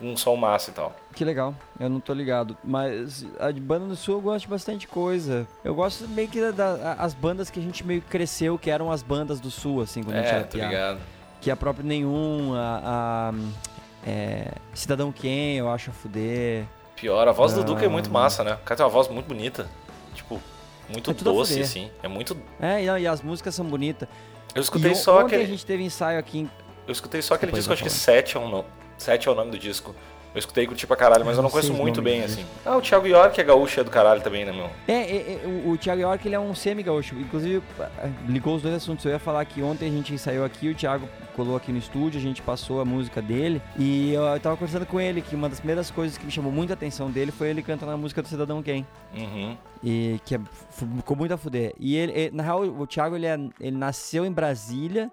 B: com um som massa e tal.
A: Que legal, eu não tô ligado. Mas a de banda do sul eu gosto de bastante coisa. Eu gosto meio que das bandas que a gente meio que cresceu, que eram as bandas do sul, assim, quando a
B: É,
A: gente era piá. Que a própria Nenhum, a. a, é, Cidadão Quem, eu acho a fuder.
B: Pior, a voz do
A: Ah.
B: Duca é muito massa, né? O cara tem uma voz muito bonita, tipo, muito
A: É tudo a
B: doce,
A: fuder.
B: assim. É muito...
A: É, e, e as músicas são bonitas.
B: Eu escutei
A: e o-
B: só
A: ontem
B: aquele...
A: a gente teve ensaio aqui em
B: Eu escutei só aquele
A: Desculpa,
B: disco, acho que
A: eu vou
B: 7 é, um no... 7 é o nome do disco. Eu escutei e curti pra caralho, mas eu
A: Eu
B: não
A: não sei
B: conheço
A: os
B: muito
A: nomes
B: bem,
A: do
B: assim. Ah, o Thiago York é gaúcho, é do caralho também, né, meu?
A: É, é, é, o, o Thiago York ele é um semi-gaúcho. Inclusive, ah, ligou os dois assuntos. Eu ia falar que ontem a gente ensaiou aqui, o Thiago colou aqui no estúdio, a gente passou a música dele. E eu, eu tava conversando com ele que uma das primeiras coisas que me chamou muito a atenção dele foi ele cantando a música do Cidadão Quem.
B: Uhum.
A: E que é- f- ficou muito a fuder. E ele, ele- na real, o Thiago ele, é- ele nasceu em Brasília.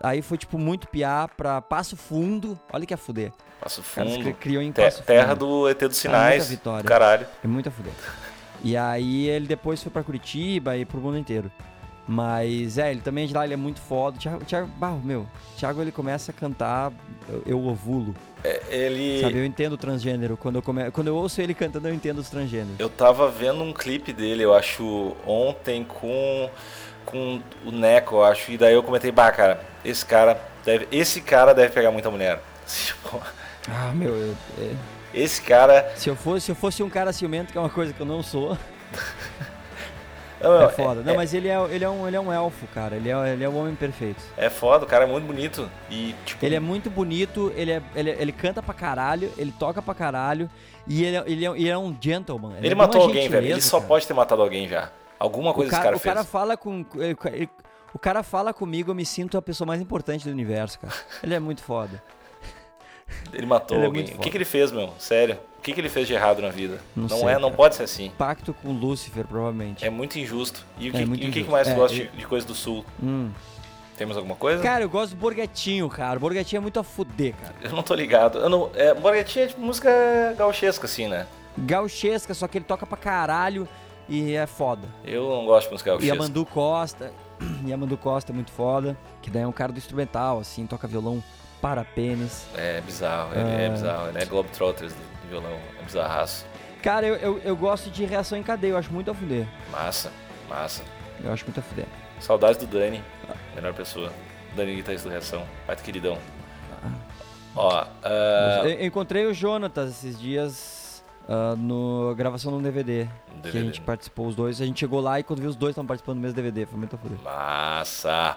A: Aí foi, tipo, muito piá pra Passo Fundo. Olha que a fuder.
B: Passo
A: O cara se
B: fundo.
A: cri- criou em
B: Te-
A: Passo
B: terra
A: Fundo.
B: do ET dos
A: muita
B: Sinais.
A: vitória.
B: Caralho.
A: É muito a fuder. E aí ele depois foi pra Curitiba e pro mundo inteiro. Mas é, ele também é de lá, ele é muito foda. O Thiago, o Thiago Barro, meu, o Thiago ele começa a cantar Eu, eu Ovulo.
B: É, Ele.
A: Sabe, eu entendo o transgênero. Quando eu, come... Quando eu ouço ele cantando, eu entendo os transgêneros.
B: Eu tava vendo um clipe dele, eu acho, ontem com, com o Neco, eu acho. E daí eu comentei, bah, cara, esse cara deve. Esse cara deve pegar muita mulher. Tipo,
A: Ah, meu, eu-
B: esse cara.
A: é, se, eu fosse, se eu fosse um cara ciumento, que é uma coisa que eu não sou,
B: Não,
A: é
B: é-
A: foda. Não, mas ele é, ele, é um, ele é um elfo, cara. Ele é, ele é o homem perfeito.
B: É foda, o cara é muito bonito. E, tipo,
A: Ele é muito bonito, ele, é, ele, ele canta pra caralho, ele toca pra caralho, e ele, é- ele, é, ele é um gentleman.
B: ele
A: é de uma
B: matou alguém, velho. Ele
A: gentileza,
B: só
A: cara.
B: pode ter matado alguém já. Alguma coisa
A: o cara,
B: esse
A: o cara
B: cara fez.
A: fala com. ele- ele- o cara fala comigo, eu me sinto a pessoa mais importante do universo, cara. Ele é muito foda.
B: Ele matou
A: ele é
B: alguém.
A: muito
B: o que,
A: foda.
B: que ele fez, meu? Sério. O que, que ele fez de errado na vida?
A: Não
B: não
A: sei,
B: é, não
A: cara.
B: pode ser assim.
A: Pacto com Lúcifer, provavelmente.
B: É muito injusto. E o
A: É
B: que,
A: muito
B: e o que que
A: injusto.
B: mais tu
A: É,
B: gosta
A: e-
B: de, de coisa do sul?
A: Hum.
B: Temos alguma coisa?
A: Cara, eu gosto do Borgatinho, cara. O Borgatinho é muito a fuder, cara.
B: Eu não tô ligado. Eu não, é, Borgetinha é tipo música gauchesca, assim, né?
A: Gauchesca, só que ele toca pra caralho e é foda.
B: Eu não gosto de música
A: E
B: gauchesca.
A: a Mandu Costa. E a Mandu Costa é muito foda. Que daí é um cara do instrumental, assim, toca violão para pênis.
B: É bizarro, ele
A: Ah.
B: é, bizarro. Ele é Globetrotters do violão, é bizarraço.
A: Cara, eu, eu, eu gosto de reação em cadeia, eu acho muito a fuder.
B: Massa, massa.
A: Eu acho muito a fuder.
B: Saudades do Dani, melhor pessoa. Dani Guitarrista do Reação, baita queridão. Ó, ah, É.
A: Eu, eu encontrei o Jonatas esses dias. ah, no gravação de um DVD, que
B: DVD,
A: a gente
B: né?
A: participou os dois. A gente chegou lá e quando viu os dois estavam participando do mesmo DVD, foi muito foda.
B: Massa.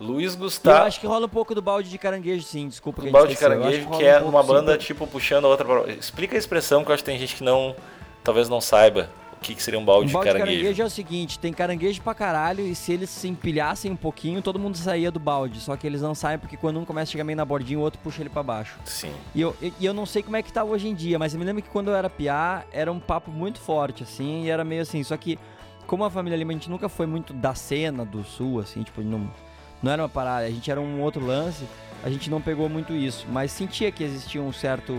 B: Luiz
A: Eu
B: Gustavo.
A: acho que rola um pouco do balde de caranguejo, sim, desculpa. que
B: O
A: a gente
B: Tá. balde de
A: esqueceu. Eu acho
B: caranguejo,
A: rola
B: que é
A: um pouco,
B: uma
A: sim,
B: banda
A: do-
B: tipo puxando a outra pra... Explica a expressão que eu acho que tem gente que não. Talvez não saiba o que, que seria um balde,
A: Um balde de
B: de caranguejo.
A: caranguejo é o seguinte, tem caranguejo pra caralho e se eles se empilhassem um pouquinho, todo mundo saía do balde. Só que eles não saem porque quando um começa a chegar meio na bordinha, o outro puxa ele pra baixo.
B: Sim.
A: E eu, e- e eu não sei como é que tá hoje em dia, mas eu me lembro que quando eu era piá, era um papo muito forte, assim, e era meio assim, só que como a família Lima, a gente nunca foi muito da cena do sul, assim, tipo, não, não era uma parada, a gente era um outro lance, a gente não pegou muito isso, mas sentia que existia um certo...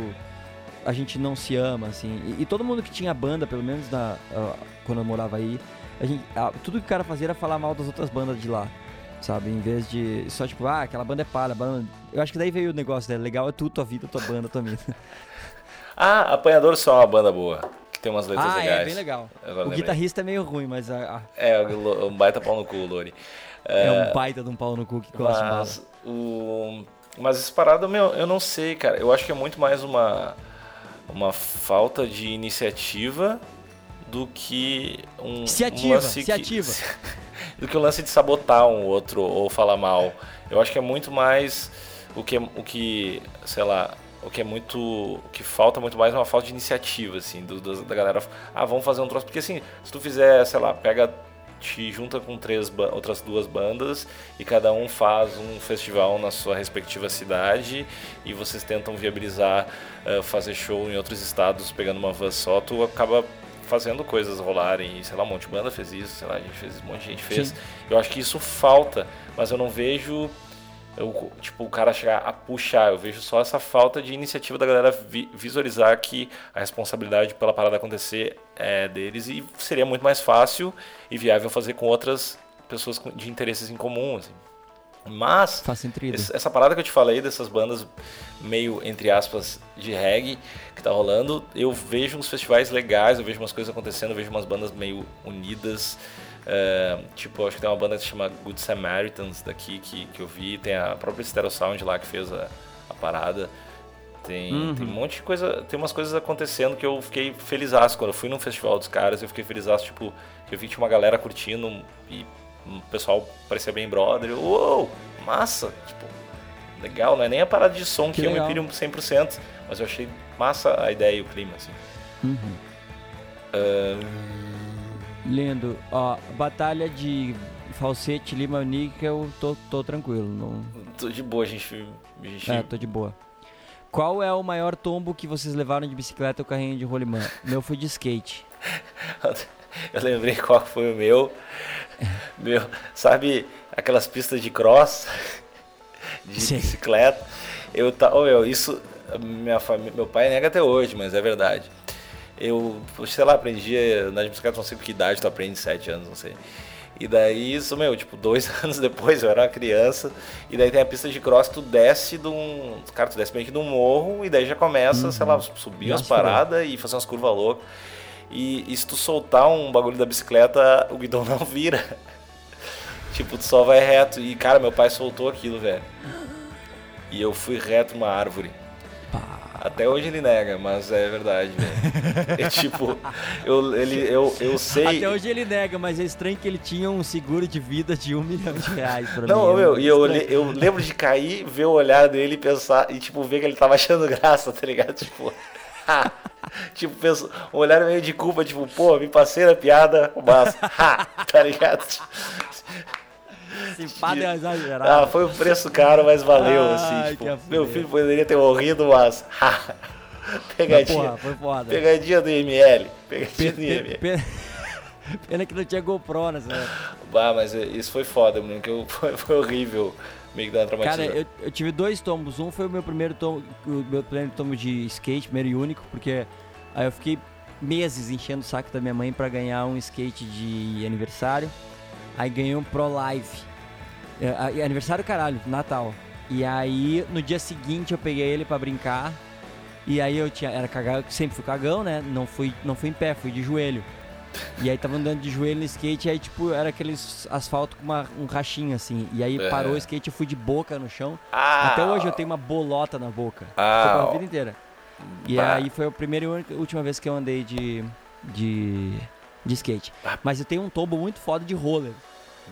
A: A gente não se ama, assim, e, e todo mundo que tinha banda, pelo menos na, ah, quando eu morava aí, a gente, ah, tudo que o cara fazia era falar mal das outras bandas de lá, sabe? Em vez de só tipo, ah, aquela banda é palha, banda... Eu acho que daí veio o negócio, né? Legal é tu, tua vida, tua banda, tua vida.
B: Ah, Apanhador só é uma banda boa. Que tem umas letras
A: ah,
B: legais.
A: é, bem legal.
B: Agora
A: o
B: lembrei.
A: guitarrista é meio ruim, mas a- a-
B: É, o Lo- um baita pau no cu, Lori.
A: é, um baita de um pau no cu que gosta de bala.
B: Mas, o... Mas essa parada, meu, eu não sei, cara. Eu acho que é muito mais uma, uma falta de iniciativa do que um,
A: Se
B: um
A: ativa,
B: lance
A: se
B: que-
A: ativa.
B: do que o lance de sabotar um outro ou falar mal. Eu acho que é muito mais o que, o que sei lá, o que é muito, o que falta muito mais é uma falta de iniciativa, assim, do- do- da galera. Ah, vamos fazer um troço. Porque assim, se tu fizer, sei lá, pega, te junta com três ba- outras duas bandas e cada um faz um festival na sua respectiva cidade e vocês tentam viabilizar, eh, fazer show em outros estados pegando uma van só, tu acaba fazendo coisas rolarem, e, sei lá, um monte de banda fez isso, sei lá, a gente fez, um monte de gente fez.
A: Sim.
B: Eu acho que isso falta, mas eu não vejo eu, tipo, o cara chegar a puxar. Eu vejo só essa falta de iniciativa da galera vi- visualizar que a responsabilidade pela parada acontecer é deles e seria muito mais fácil e viável fazer com outras pessoas com- de interesses em comum. assim. Mas
A: Faz sentido.
B: esse- essa parada que eu te falei dessas bandas meio, entre aspas, de reggae que tá rolando, eu vejo uns festivais legais, eu vejo umas coisas acontecendo, eu vejo umas bandas meio unidas. é, tipo, acho que tem uma banda que se chama Good Samaritans daqui que, que eu vi, tem a própria Stereo Sound lá que fez a, a parada. Tem, tem um monte de coisa, tem umas coisas acontecendo que eu fiquei feliz quando eu fui num festival dos caras, eu fiquei feliz tipo, que eu vi que tinha uma galera curtindo e o pessoal parecia bem brother. Eu, Uou, massa, tipo, legal, não é nem a parada de som
A: Que
B: que, eu me
A: legal.
B: piro 100%, mas eu achei massa a ideia e o clima assim.
A: Uhum. Lindo. Ó, batalha de falsete, lima, níquel, tô, tô tranquilo. Não...
B: Tô de boa, a gente, a gente
A: É, tô de boa. Qual é o maior tombo que vocês levaram de bicicleta ou carrinho de rolimã? Meu foi de skate.
B: Eu lembrei qual foi o meu. Meu, sabe aquelas pistas de cross de
A: Sim.
B: bicicleta? Eu tá, ô, meu, isso minha família, meu pai nega até hoje, mas é verdade. Eu, sei lá, aprendi a andar de bicicleta, não sei com que idade tu aprende, sete anos, não sei. E daí, isso, meu, tipo, dois anos depois, eu era uma criança, e daí tem a pista de cross, tu desce de um. Cara, tu desce meio que de um morro, e daí já começa, sei lá, subir umas
A: Nossa, que legal.
B: paradas Uhum. e fazer umas curvas loucas. E, e se tu soltar um bagulho da bicicleta, o guidão não vira. tipo, tu só vai reto. E, cara, meu pai soltou aquilo, velho. E eu fui reto uma árvore. Até hoje ele nega, mas é verdade, velho. É tipo, eu, ele, eu, eu sei.
A: Até hoje ele nega, mas é estranho que ele tinha um seguro de vida de um milhão de reais pra mim.
B: Não,
A: É
B: meu,
A: muito
B: e eu,
A: estranho.
B: olhei- eu lembro de cair, ver o olhar dele e pensar, e tipo, ver que ele tava achando graça, tá ligado? Tipo, tipo, penso, um olhar meio de culpa, tipo, pô, me passei na piada, mas, ha, tá ligado?
A: Esse padre é exagerado.
B: Ah, foi um preço caro, mas valeu,
A: Ai,
B: assim, tipo,
A: que a fuder.
B: meu filho poderia ter morrido, mas, ha,
A: Mas,
B: pegadinha,
A: porra, foi foda.
B: pegadinha do ML, pegadinha
A: Pe-
B: do
A: pe-
B: ML.
A: pe- Pena que não tinha GoPro nessa época.
B: Bah, Ah, mas isso foi foda, mano, que eu, foi, foi horrível, meio que dá uma
A: Cara,
B: traumatizada.
A: eu, eu tive dois tombos. Um foi o meu primeiro tombo, o meu primeiro tombo de skate, primeiro e único, porque aí eu fiquei meses enchendo o saco da minha mãe pra ganhar um skate de aniversário. Aí ganhei um Pro Live. É, a- é aniversário, caralho, Natal. E aí, no dia seguinte, eu peguei ele pra brincar. E aí eu tinha, era cagão, sempre fui cagão, né? Não fui, não fui em pé, fui de joelho. E aí tava andando de joelho no skate, e aí tipo, era aqueles asfalto com uma- um rachinho assim. E aí
B: É.
A: parou o skate, eu fui de boca no chão.
B: Ah,
A: Até hoje eu tenho uma bolota na boca.
B: Ah,
A: Tipo,
B: ó.
A: a vida inteira. E
B: Bah.
A: aí foi a primeira e única- última vez que eu andei de, de, de skate.
B: Bah.
A: Mas eu tenho um tombo muito foda de roller.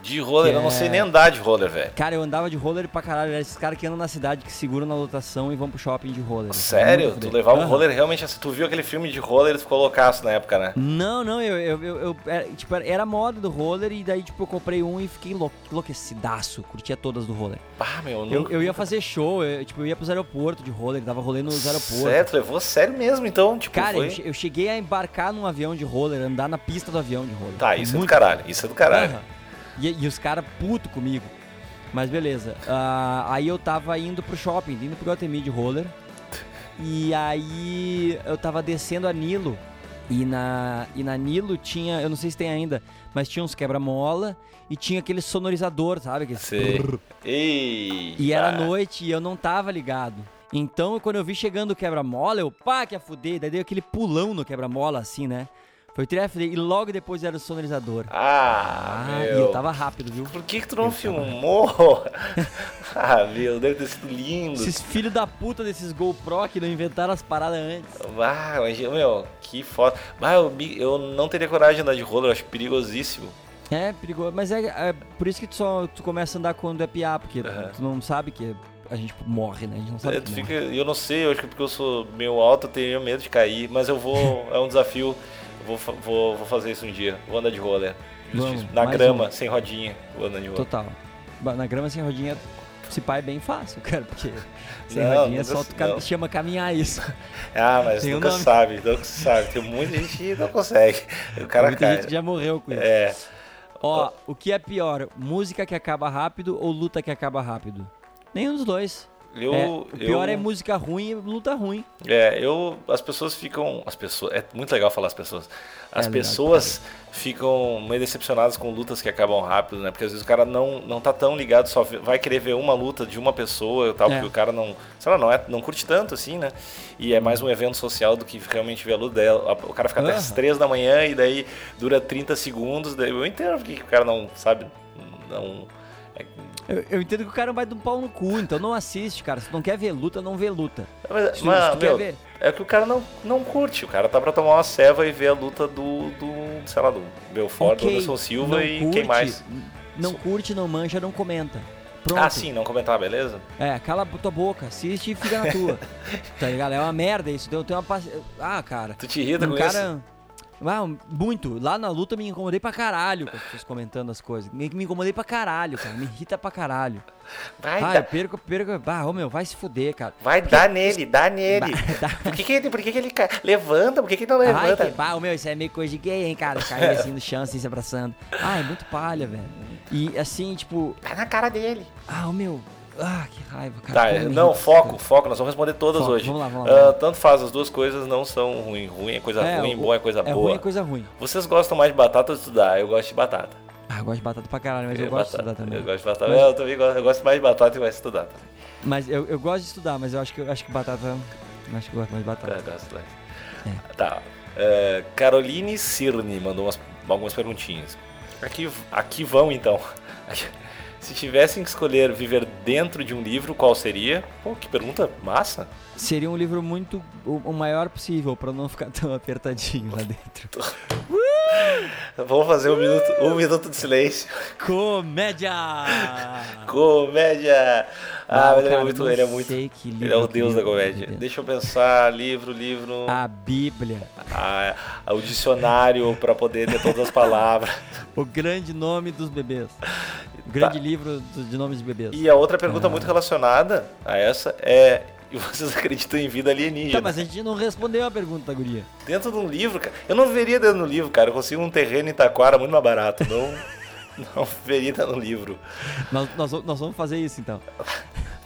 B: De roller, eu não
A: É.
B: sei nem andar de roller, velho.
A: Cara, eu andava de roller pra caralho. Era esses caras que andam na cidade, que seguram na lotação e vão pro shopping de roller.
B: Sério?
A: Muito
B: Tu
A: bem.
B: levava o
A: Aham.
B: roller realmente assim. Tu viu aquele filme de roller e tu ficou loucaço na época, né?
A: Não, não, eu, eu, eu, eu- era, tipo, era- era moda do roller e daí, tipo, eu comprei um e fiquei lou- enlouquecidaço. Curtia todas do roller.
B: Ah, meu,
A: Eu,
B: nunca-
A: eu ia fazer show, eu, tipo, eu ia pros aeroportos de roller, dava rolê nos aeroportos.
B: Sério, tu levou a sério mesmo, então, tipo,
A: Cara, eu,
B: foi...
A: che- eu cheguei a embarcar num avião de roller, andar na pista do avião de roller.
B: Tá,
A: Foi
B: isso é do
A: muito-
B: caralho, isso é do caralho.
A: Aham. E, e os caras puto comigo. Mas beleza. Ah, aí eu tava indo pro shopping, indo pro Guatemi de roller. E aí eu tava descendo a Nilo. E na, e na Nilo tinha, eu não sei se tem ainda, mas tinha uns quebra-mola e tinha aquele sonorizador, sabe? Aquele
B: Sei. Ah.
A: brrr.
B: Ei.
A: E era noite e eu não tava ligado. Então, quando eu vi chegando o quebra-mola, eu pá, que a fuder. Daí dei aquele pulão no quebra-mola, assim, né? Foi trefe e logo depois era o sonorizador.
B: Ah,
A: Ah,
B: meu.
A: e eu tava rápido, viu?
B: Por que que tu não filmou? ah, meu, deve ter sido lindo.
A: Esses filhos da puta desses GoPro que não inventaram as paradas antes.
B: Ah, mas, meu, que foda. Ah, eu, me- eu não teria coragem de andar de roller, eu acho perigosíssimo.
A: É, perigoso. Mas é, é por isso que tu só tu começa a andar quando é piá, porque
B: Aham.
A: tu não sabe que a gente morre, né? A gente não sabe
B: É,
A: que
B: tu
A: morre.
B: fica- eu não sei, eu acho que é porque eu sou meio alto, eu teria medo de cair, mas eu vou. é um desafio. eu Vou, fa- vou, vou fazer isso um dia. Vou andar de roller. Justíssimo.
A: Vamos,
B: Na
A: mais
B: grama,
A: um.
B: sem rodinha. Vou andar de roller.
A: Total. Ba- Na grama sem rodinha, se pá é bem fácil, cara, porque sem
B: Não,
A: rodinha é
B: não
A: só
B: gosto-
A: tu cam-
B: não.
A: chama caminhar isso.
B: Ah, mas
A: Tem um
B: nunca
A: nome.
B: sabe, nunca sabe. Tem muita gente que não consegue. O cara
A: Muita
B: cai.
A: gente que já morreu com isso.
B: É.
A: Ó, o que é pior, música que acaba rápido ou luta que acaba rápido? Nenhum dos dois.
B: Eu,
A: É, o pior
B: eu,
A: é música ruim e luta ruim.
B: É, eu. As pessoas ficam. As pessoas. É muito legal falar as pessoas. As
A: É legal,
B: pessoas ficam meio decepcionadas com lutas que acabam rápido, né? Porque às vezes o cara não, não tá tão ligado, só vê- vai querer ver uma luta de uma pessoa e tal,
A: É.
B: porque o cara não. Sei lá, não, é, não curte tanto, assim, né? E é mais um evento social do que realmente ver a luta dela. O cara fica até
A: Uhum. Aham.
B: as três da manhã e daí dura 30 segundos. Daí eu entendo porque que o cara não, sabe, não. é,
A: Eu, eu entendo que o cara vai de um pau no cu, então não assiste, cara. Se tu não quer ver luta, não vê luta.
B: Mas,
A: Se,
B: mas,
A: se tu
B: meu,
A: quer ver.
B: É que o cara não, não curte, o cara tá pra tomar uma ceva e ver a luta do, do sei lá, do Belfort,
A: ok,
B: do Anderson Silva
A: não
B: e
A: curte,
B: quem mais.
A: Não curte, não mancha, não comenta. Pronto.
B: Ah, sim, não comentar, beleza?
A: É, cala a tua boca, assiste e fica na tua. tá ligado? É uma merda isso. Deu, tem uma paci- Ah, cara.
B: Tu te irrita
A: Um
B: com isso?
A: cara. Ah, muito. Lá na luta eu me incomodei pra caralho com as pessoas comentando as coisas. Me, me incomodei pra caralho, cara. Me irrita pra caralho.
B: Vai,
A: Ah, eu
B: dar,
A: perco, perco. Ah, ô meu, vai se fuder, cara.
B: vai dar nele, dá nele.
A: Dá-
B: Por que que ele, por que que ele cai? levanta? Por que que ele não
A: Ai,
B: levanta?
A: que pau, meu, isso é meio coisa de gay, hein, cara? Cair assim no chão, assim, se abraçando. Ah, é muito palha, velho. E assim, tipo,
B: Vai na cara dele.
A: ah, o meu. Ah, que raiva, cara.
B: Tá,
A: Como me
B: não,
A: irrita
B: foco,
A: essa
B: foco, nós vamos responder todas
A: Foco,
B: hoje.
A: vamos lá, vamos lá,
B: Ah,
A: vamos
B: tanto faz, as duas coisas não são ruim. Ruim é coisa
A: coisa.
B: ruim,
A: o-
B: boa é coisa
A: é
B: boa.
A: ruim é coisa ruim.
B: Vocês gostam mais de batata ou de estudar? Eu gosto de batata.
A: Ah, eu gosto de batata pra caralho, mas eu, gosto
B: É, batata,
A: de estudar também.
B: Eu gosto de batata.
A: Mas-
B: Eu também gosto, eu gosto mais de batata e gosto de estudar.
A: Mas eu, eu gosto de estudar, mas eu acho que, eu acho que batata. eu Acho que eu gosto mais de batata.
B: É, das duas. Tá. É, Caroline Cirne mandou umas- algumas perguntinhas. Aqui, aqui vão então. Se tivessem que escolher viver dentro de um livro, qual seria? Pô, que pergunta massa.
A: Seria um livro muito. o, o maior possível, pra não ficar tão apertadinho lá dentro.
B: Vamos fazer um minuto, um minuto de silêncio.
A: Comédia!
B: Comédia! Ah,
A: Ah. Não,
B: mas ele é
A: cara,
B: muito.
A: não
B: Ele é, muito
A: sei que
B: ele é
A: livro
B: o
A: que eu
B: deus
A: Ah.
B: da
A: ia
B: comédia.
A: viver.
B: Deixa eu pensar. Livro, livro.
A: A Bíblia.
B: a- a- o dicionário para poder ter todas as palavras.
A: O grande nome dos bebês. O grande livro do- de nomes de bebês.
B: Tá. E a outra pergunta
A: Ah.
B: muito relacionada a essa é: e vocês acreditam em vida alienígena?
A: Tá, mas a gente não respondeu a pergunta, guria.
B: Dentro de um livro, cara. Eu não veria dentro de um livro, cara. Eu consigo um terreno em Taquara muito mais barato. Não, não veria dentro de um livro.
A: Nós, nós vamos- nós vamos fazer isso então.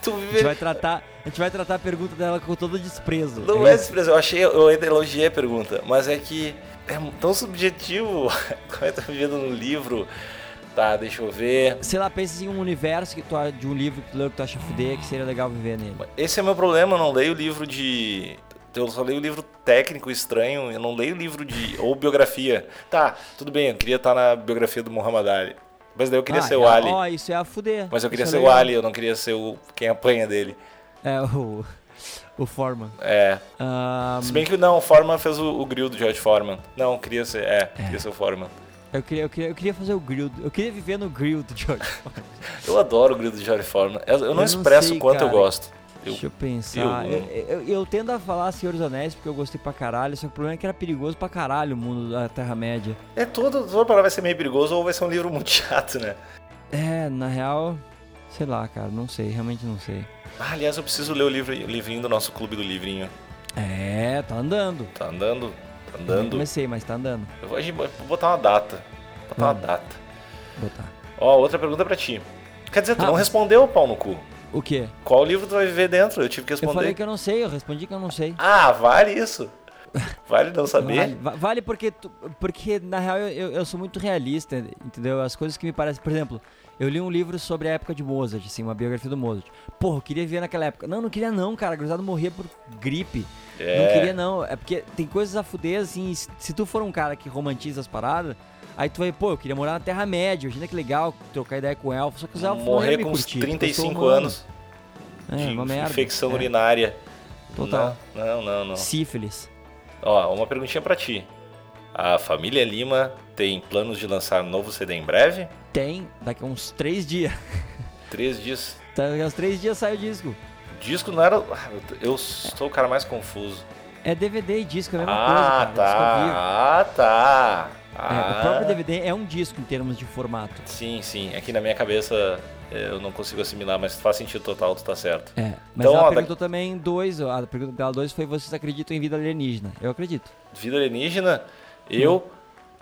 B: Tu
A: A gente
B: viveria.
A: vai tratar, a gente vai tratar a pergunta dela com todo desprezo.
B: Não
A: É
B: é
A: isso?
B: desprezo. Eu achei, eu ainda elogiei a pergunta, mas é que é tão subjetivo. Como é que tá vivendo no livro? Tá, deixa eu ver.
A: Sei lá, pensa em um universo que tu, a- de um livro que tu leu que tu acha fuder, que seria legal viver nele.
B: Esse é meu problema, eu não leio livro de. Eu só leio livro técnico estranho, eu não leio livro de. ou biografia. Tá, tudo bem, eu queria estar na biografia do Muhammad Ali. Mas daí eu queria
A: Ah,
B: ser
A: é-
B: o Ali.
A: Ó, isso é a fuder.
B: Mas eu queria
A: Isso
B: ser
A: é
B: o
A: legal.
B: Ali, eu não queria ser o quem apanha dele.
A: É, o. O Foreman.
B: É.
A: Ah,
B: Se bem que não, o Foreman fez o, o grill do George Foreman. Não, queria ser. É, queria ser o Foreman.
A: eu, queria, eu, queria, eu queria fazer o grill. Eu queria viver no grill do George.
B: Eu adoro o grill do George Foreman. Eu, eu
A: Eu
B: não
A: não
B: expresso
A: sei,
B: o quanto eu
A: cara.
B: gosto. Eu-
A: Deixa eu pensar.
B: eu-
A: Eu, eu- eu tendo a falar Senhores Anéis porque eu gostei pra caralho, só que o problema é que era perigoso pra caralho o mundo da Terra-média.
B: É todo, toda parada vai ser meio perigoso ou vai ser um livro muito chato, né?
A: É, na real, sei lá, cara, não sei, realmente não sei.
B: Ah, aliás, eu preciso ler o livro, o livrinho do nosso clube do livrinho.
A: É, tá andando.
B: Tá andando? Tá
A: Eu
B: andando?
A: comecei, mas tá andando.
B: Eu vou, a gente- vou botar uma data. Vou botar uma
A: Hum.
B: data.
A: Botar.
B: Ó, outra pergunta pra ti. Quer dizer, tu
A: Ah.
B: não respondeu, pau no cu.
A: O quê?
B: Qual livro tu vai viver dentro? Eu tive que
A: Eu falei
B: responder.
A: que eu não sei, eu respondi que eu não sei.
B: Ah, vale isso. Vale não
A: Vale,
B: saber?
A: va- vale porque, tu- porque, na real, eu, eu- eu sou muito realista, entendeu? As coisas que me parecem. Por exemplo, eu li um livro sobre a época de Mozart, assim, uma biografia do Mozart. Porra, eu queria viver naquela época. Não, não queria não, cara. A gurizada morria por gripe. Não
B: É.
A: queria não. É porque tem coisas a fuder, assim. e se- Se tu for um cara que romantiza as paradas, aí tu vai, pô, eu queria morar na Terra-média. Imagina que legal trocar ideia com o elfo. Só que os elfos não
B: Morrer
A: iam Tá me
B: com uns
A: curtir, porque eu sou um
B: 35
A: humano.
B: anos
A: É,
B: de
A: uma merda.
B: infecção
A: É,
B: urinária.
A: Total.
B: Não, não, não. não.
A: Sífilis.
B: Ó, uma perguntinha pra ti. A família Lima tem planos de lançar novo CD em breve?
A: Tem, daqui a uns três dias. Tá,
B: Três dias.
A: Daqui a uns três dias sai o disco.
B: Disco não era. Ah, eu t- Eu sou o cara mais confuso.
A: É DVD e disco, é a mesma coisa,
B: Ah,
A: cara. Disco ao vivo.
B: tá. Ah, tá.
A: É,
B: Ah,
A: o próprio DVD é um disco em termos de formato.
B: Sim, sim. Aqui na minha cabeça eh, eu não consigo assimilar, mas faz sentido total, tu tá certo.
A: É, mas
B: Então,
A: ela
B: ó,
A: perguntou também dois, ó, a pergunta dela dois foi vocês acreditam em vida alienígena? Eu acredito.
B: Vida alienígena,
A: Hum.
B: eu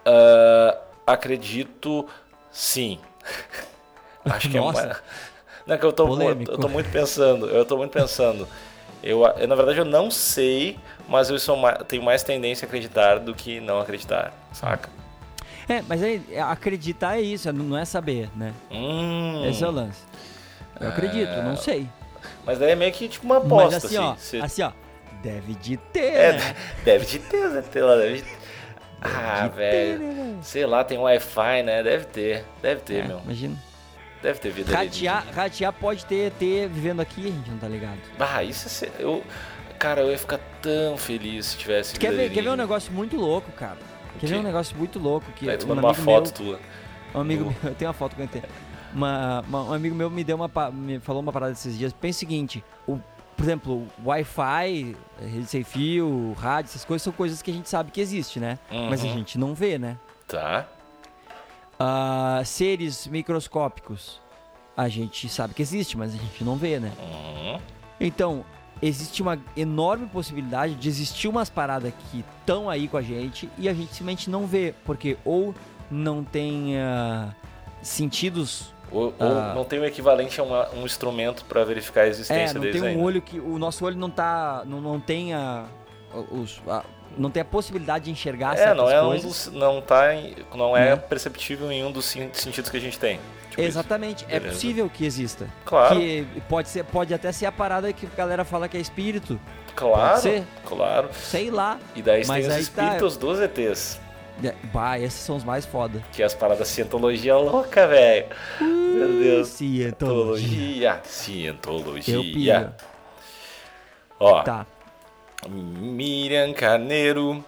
B: ah, acredito sim. Acho que é
A: Nossa.
B: uma... Não, é que eu tô, mu-
A: Polêmico.
B: eu tô muito pensando, eu tô muito pensando. Eu, a- eu, na verdade, eu não sei, mas eu sou ma- tenho mais tendência a acreditar do que não acreditar, saca?
A: É, mas aí, é, acreditar é isso, é- não é saber, né?
B: Hum,
A: Esse é o lance. Eu acredito, não sei.
B: Mas daí é meio que tipo uma aposta,
A: mas assim, ó,
B: se- se-
A: assim, ó, deve de ter,
B: É,
A: né?
B: deve de ter, né? Sei lá, deve de... Ah, velho.
A: né, velho?
B: Sei lá, tem Wi-Fi, né? Deve ter. Deve ter,
A: É,
B: meu.
A: Imagina.
B: Deve ter vida alienígena.
A: Ratear, ratear pode ter ET vivendo aqui, a gente não tá ligado.
B: Ah, isso é ser... eu, Cara, eu ia ficar tão feliz se tivesse.
A: Tu quer ver, quer ver um
B: alienígena.
A: negócio muito louco, cara? Quer ver
B: quê? Tá
A: um negócio muito louco que
B: Aí tu
A: um
B: manda uma
A: amigo meu-
B: foto tua.
A: Um amigo
B: Do-
A: meu, eu tenho uma foto com ele. Uma, uma- um amigo meu me deu uma pa- me falou uma parada esses dias. Pensa o seguinte, o, por exemplo, o Wi-Fi, rede sem fio, rádio, essas coisas são coisas que a gente sabe que existe, né? Mas a
B: Uhum.
A: gente não vê, né?
B: Tá.
A: Ah, seres microscópicos, a gente sabe que existe, mas a gente não vê, né?
B: Uhum.
A: Então, existe uma enorme possibilidade de existir umas paradas que estão aí com a gente e a gente simplesmente não vê, porque ou não tem ah, sentidos.
B: Ou, ou
A: Ah.
B: não tem o equivalente a uma- um instrumento pra verificar a
A: É,
B: existência
A: não
B: deles
A: tem um
B: ainda.
A: olho que. O nosso olho não tá. Não, não tem a. Os, a- não tem a possibilidade de enxergar
B: É,
A: certas
B: não é um
A: ah, coisas.
B: dos, não tá em- não é
A: Né?
B: perceptível em um dos sin- sentidos que a gente tem. Tipo isso.
A: Exatamente, é
B: Beleza.
A: possível que exista.
B: Claro,
A: Que pode, ser, pode até ser a parada que a galera fala que é espírito.
B: claro,
A: ser?
B: claro.
A: Sei lá.
B: E daí
A: Mas
B: tem os
A: aí tá-
B: espíritos dos ETs,
A: É, Bah, esses são os mais foda.
B: que é as paradas cientologia louca, velho. Meu Deus.
A: Hum, é Cientologia.
B: Cientologia.
A: Eu
B: Cientologia.
A: piro.
B: Ó,
A: Tá.
B: Miriam Carneiro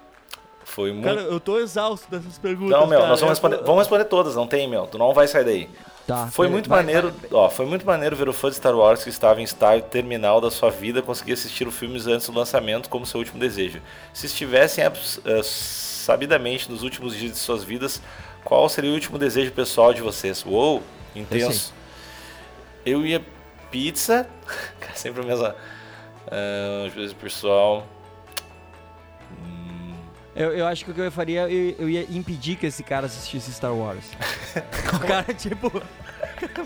B: foi muito.
A: Cara, eu tô exausto dessas perguntas.
B: não, meu,
A: cara.
B: nós vamos
A: Eu tô-
B: responder. Vamos responder todas, não tem, meu. Tu não vai sair daí.
A: Tá,
B: Foi muito
A: vai,
B: maneiro, ó, foi muito maneiro ver o fã de Star Wars que estava em estágio terminal da sua vida conseguir assistir os filmes antes do lançamento como seu último desejo. Se estivessem abs- eh, sabidamente nos últimos dias de suas vidas, qual seria o último desejo pessoal de vocês? Uou, intenso. Eu ia pizza, cara, sempre a mesma. Ah, Às vezes pessoal. Hum,
A: Eu, eu acho que o que eu faria, eu, eu ia impedir que esse cara assistisse Star Wars. o cara, tipo.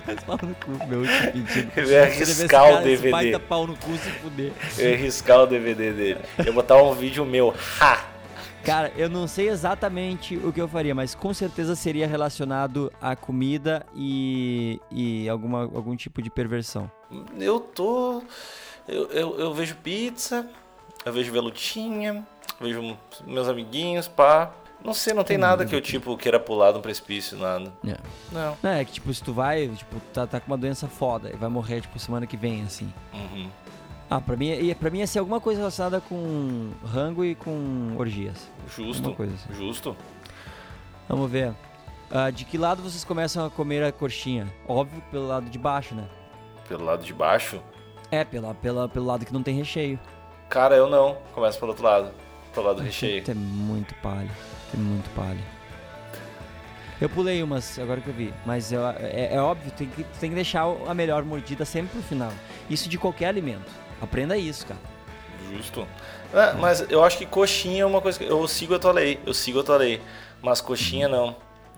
A: Mas pau no cu, meu último pedido.
B: Eu ia
A: Se você vê esse
B: arriscar o
A: cara, esse
B: DVD.
A: Baita pau no cu se fuder.
B: eu ia riscar o DVD dele. Eu ia botar um vídeo meu. Ha!
A: Cara, eu não sei exatamente o que eu faria, mas com certeza seria relacionado a comida e, e alguma, algum tipo de perversão.
B: Eu tô. Eu, eu, eu vejo pizza, eu vejo velutinha, vejo meus amiguinhos, pá. Não sei, não tem
A: Hum.
B: nada que eu, tipo, queira pular de um precipício, nada.
A: É.
B: Não.
A: Não, é que tipo, se tu vai, tipo, tá, tá com uma doença foda e vai morrer, tipo, semana que vem, assim.
B: Uhum.
A: Ah, pra mim, ia- pra mim ia ser alguma coisa relacionada com rango e com orgias.
B: Justo.
A: Alguma coisa assim.
B: Justo.
A: Vamos ver. Ah, de que lado vocês começam a comer a coxinha? Óbvio, pelo lado de baixo, né?
B: Pelo lado de baixo.
A: É, pela, pela, pelo lado que não tem recheio.
B: Cara, eu não. Começa pelo outro lado. Pelo lado do recheio.
A: Puta, é muito palha. É muito palha. Eu pulei umas, agora que eu vi. Mas eu- é, é óbvio, tem que, tem que deixar a melhor mordida sempre pro final. Isso de qualquer alimento. Aprenda isso, cara.
B: Justo. É, mas eu acho que coxinha é uma coisa que. Eu sigo a tua lei. Eu sigo a tua lei. Mas coxinha não.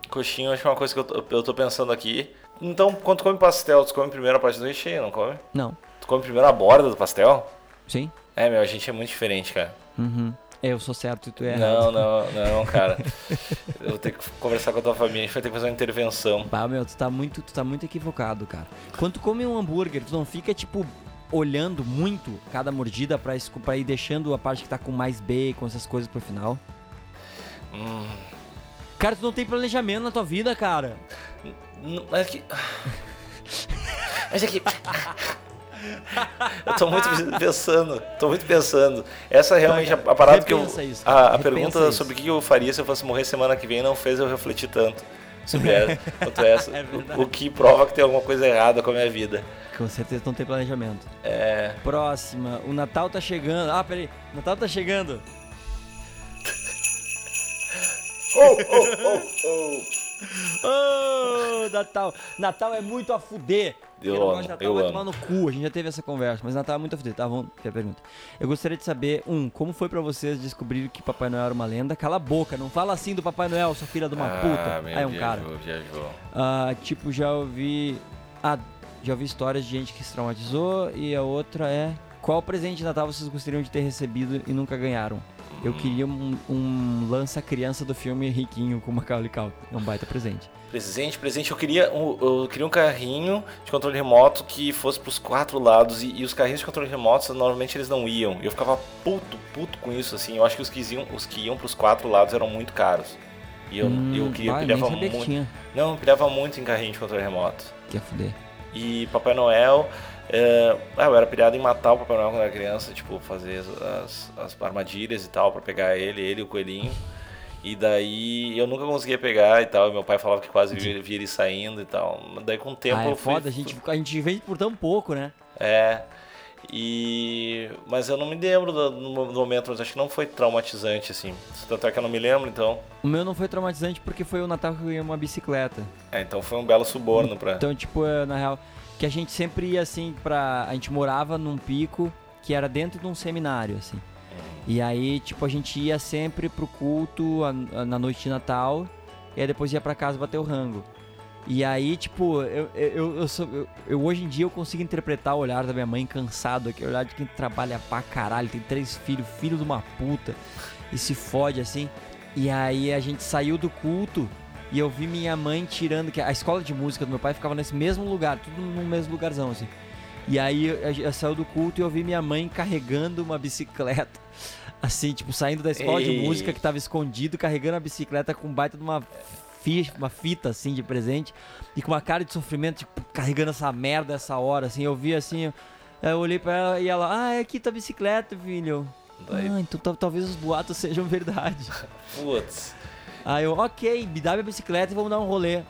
B: Coxinha eu acho que é uma coisa que eu tô, eu tô pensando aqui. Então, quando tu come pastel, tu come primeiro a parte do recheio, não come?
A: Não.
B: Tu come primeiro a borda do pastel?
A: Sim?
B: É, meu, a gente é muito diferente, cara.
A: Uhum. Eu sou certo e tu é errado.
B: Não, não, não, cara. Eu vou ter que conversar com a tua família, a gente vai ter que fazer uma intervenção.
A: Pá, meu, tu tá muito, tu tá muito equivocado, cara. Quando tu come um hambúrguer, tu não fica tipo olhando muito cada mordida pra, esco- pra ir deixando a parte que tá com mais bacon, essas coisas pro final.
B: Hum,
A: Cara, tu não tem planejamento na tua vida, cara.
B: Não, Mas é que. Mas é que. Eu tô muito pensando, tô muito pensando. Essa é realmente a, a parada que eu.
A: Repensa isso, cara.
B: A, a
A: Repensa
B: pergunta
A: isso.
B: sobre o que eu faria se eu fosse morrer semana que vem não fez eu refletir tanto sobre essa. quanto essa.
A: É verdade.
B: o, o que prova que tem alguma coisa errada com a minha vida.
A: Com certeza tu não tem planejamento.
B: É.
A: Próxima, o Natal tá chegando. Ah, peraí, o Natal tá chegando.
B: Oh, oh, oh, oh.
A: Ô, Natal. Natal é muito a fuder. Quem
B: Eu
A: não gosta
B: amo,
A: de Natal
B: eu
A: vai
B: amo.
A: tomar no cu. A gente já teve essa conversa, mas Natal é muito a fuder. Tá, vamos ter a pergunta. Eu gostaria de saber, um, como foi pra vocês descobrir que Papai Noel era uma lenda? Cala a boca, não fala assim do Papai Noel, sua filha de uma
B: Ah,
A: puta. Aí é um cara. Ah, tipo, já ouvi. Ah, já ouvi histórias de gente que se traumatizou. E a outra é. Qual presente de Natal vocês gostariam de ter recebido e nunca ganharam?
B: Hum.
A: Eu queria um, um lança-criança do filme Riquinho com Macaulay Culkin. É um baita presente.
B: Presente, presente. Eu queria, um, eu queria um carrinho de controle remoto que fosse pros quatro lados. E, e os carrinhos de controle remoto, normalmente eles não iam. E eu ficava puto, puto com isso, assim. Eu acho que os que iam, os que iam pros quatro lados eram muito caros. E eu, eu queria, eu
A: bah, eu Hum, nem
B: pilhava
A: sabia que
B: muito.
A: tinha.
B: Não, eu pilhava muito em carrinho de controle remoto.
A: Que ia fuder.
B: E Papai Noel. é, ah, eu era pirado em matar o Papai Noel quando era criança, tipo, fazer as, as- as armadilhas e tal pra pegar ele, ele e o coelhinho. E daí eu nunca conseguia pegar e tal. E meu pai falava que quase via, via ele saindo e tal. Mas daí com o tempo
A: ah, é
B: eu fui.
A: foda, a gente, a gente vende por tão pouco, né?
B: É. E. Mas eu não me lembro do, do momento, mas acho que não foi traumatizante, assim. Tanto é que eu não me lembro, então.
A: O meu não foi traumatizante porque foi o Natal que eu ganhei uma bicicleta.
B: É, então foi um belo suborno pra.
A: Então, tipo, é, na real, que a gente sempre ia assim pra. A gente morava num pico que era dentro de um seminário, assim. E aí, tipo, a gente ia sempre pro culto a- a- na noite de Natal. E aí depois ia pra casa bater o rango. E aí, tipo, eu, eu, eu, eu sou- eu- eu- hoje em dia eu consigo interpretar o olhar da minha mãe cansado, aquele olhar de quem trabalha pra caralho, tem três filhos, filho de uma puta, e se fode assim. E aí a gente saiu do culto e eu vi minha mãe tirando, que a escola de música do meu pai ficava nesse mesmo lugar, tudo no mesmo lugarzão assim. E aí eu, eu- eu saí do culto e eu vi minha mãe carregando uma bicicleta. Assim, tipo, saindo da escola de
B: Ei.
A: música que tava escondido, carregando a bicicleta com um baita de uma, fi- uma fita, assim, de presente. E com uma cara de sofrimento, tipo, carregando essa merda essa hora, assim. Eu vi, assim, eu, eu olhei pra ela e ela... Ah, é aqui tua bicicleta, filho.
B: Daí,
A: Ah, então tal- talvez os boatos sejam verdade.
B: putz.
A: Aí eu, ok, me dá minha bicicleta e vamos dar um rolê.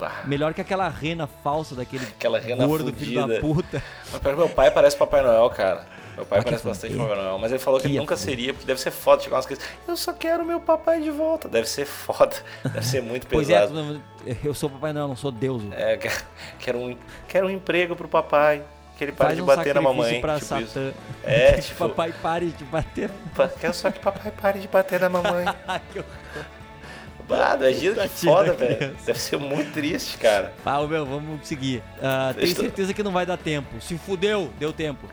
B: Bah,
A: Melhor que aquela rena falsa daquele
B: aquela rena
A: gordo filho da
B: fudida.
A: puta.
B: Mas pior que meu pai parece Papai Noel, cara. Meu pai
A: Mas que
B: parece
A: foda.
B: bastante Papai Noel, mas ele falou que
A: Que
B: ele nunca
A: foda.
B: seria, porque deve ser foda chegar umas coisas. Eu só quero meu papai de volta. Deve ser foda. Deve ser muito
A: Pois é,
B: pesado.
A: tu- eu sou papai Noel, não sou Deus. ô.
B: É, quero- quero, um, quero um emprego pro papai. Que ele pare
A: Faz
B: de
A: um
B: bater na
A: sacrifício
B: mamãe.
A: pra
B: tipo isso.
A: Satã.
B: É,
A: Que
B: tipo,
A: papai pare de bater.
B: pa- quero só que papai pare de bater na mamãe.
A: Que eu-
B: Bah, imagina que
A: Tadinho da
B: foda, velho.
A: criança.
B: Deve ser muito triste, cara.
A: Ah, ô, meu, vamos seguir. Ah, tenho
B: Deixa eu-
A: certeza que não vai dar tempo. Se fudeu, deu tempo.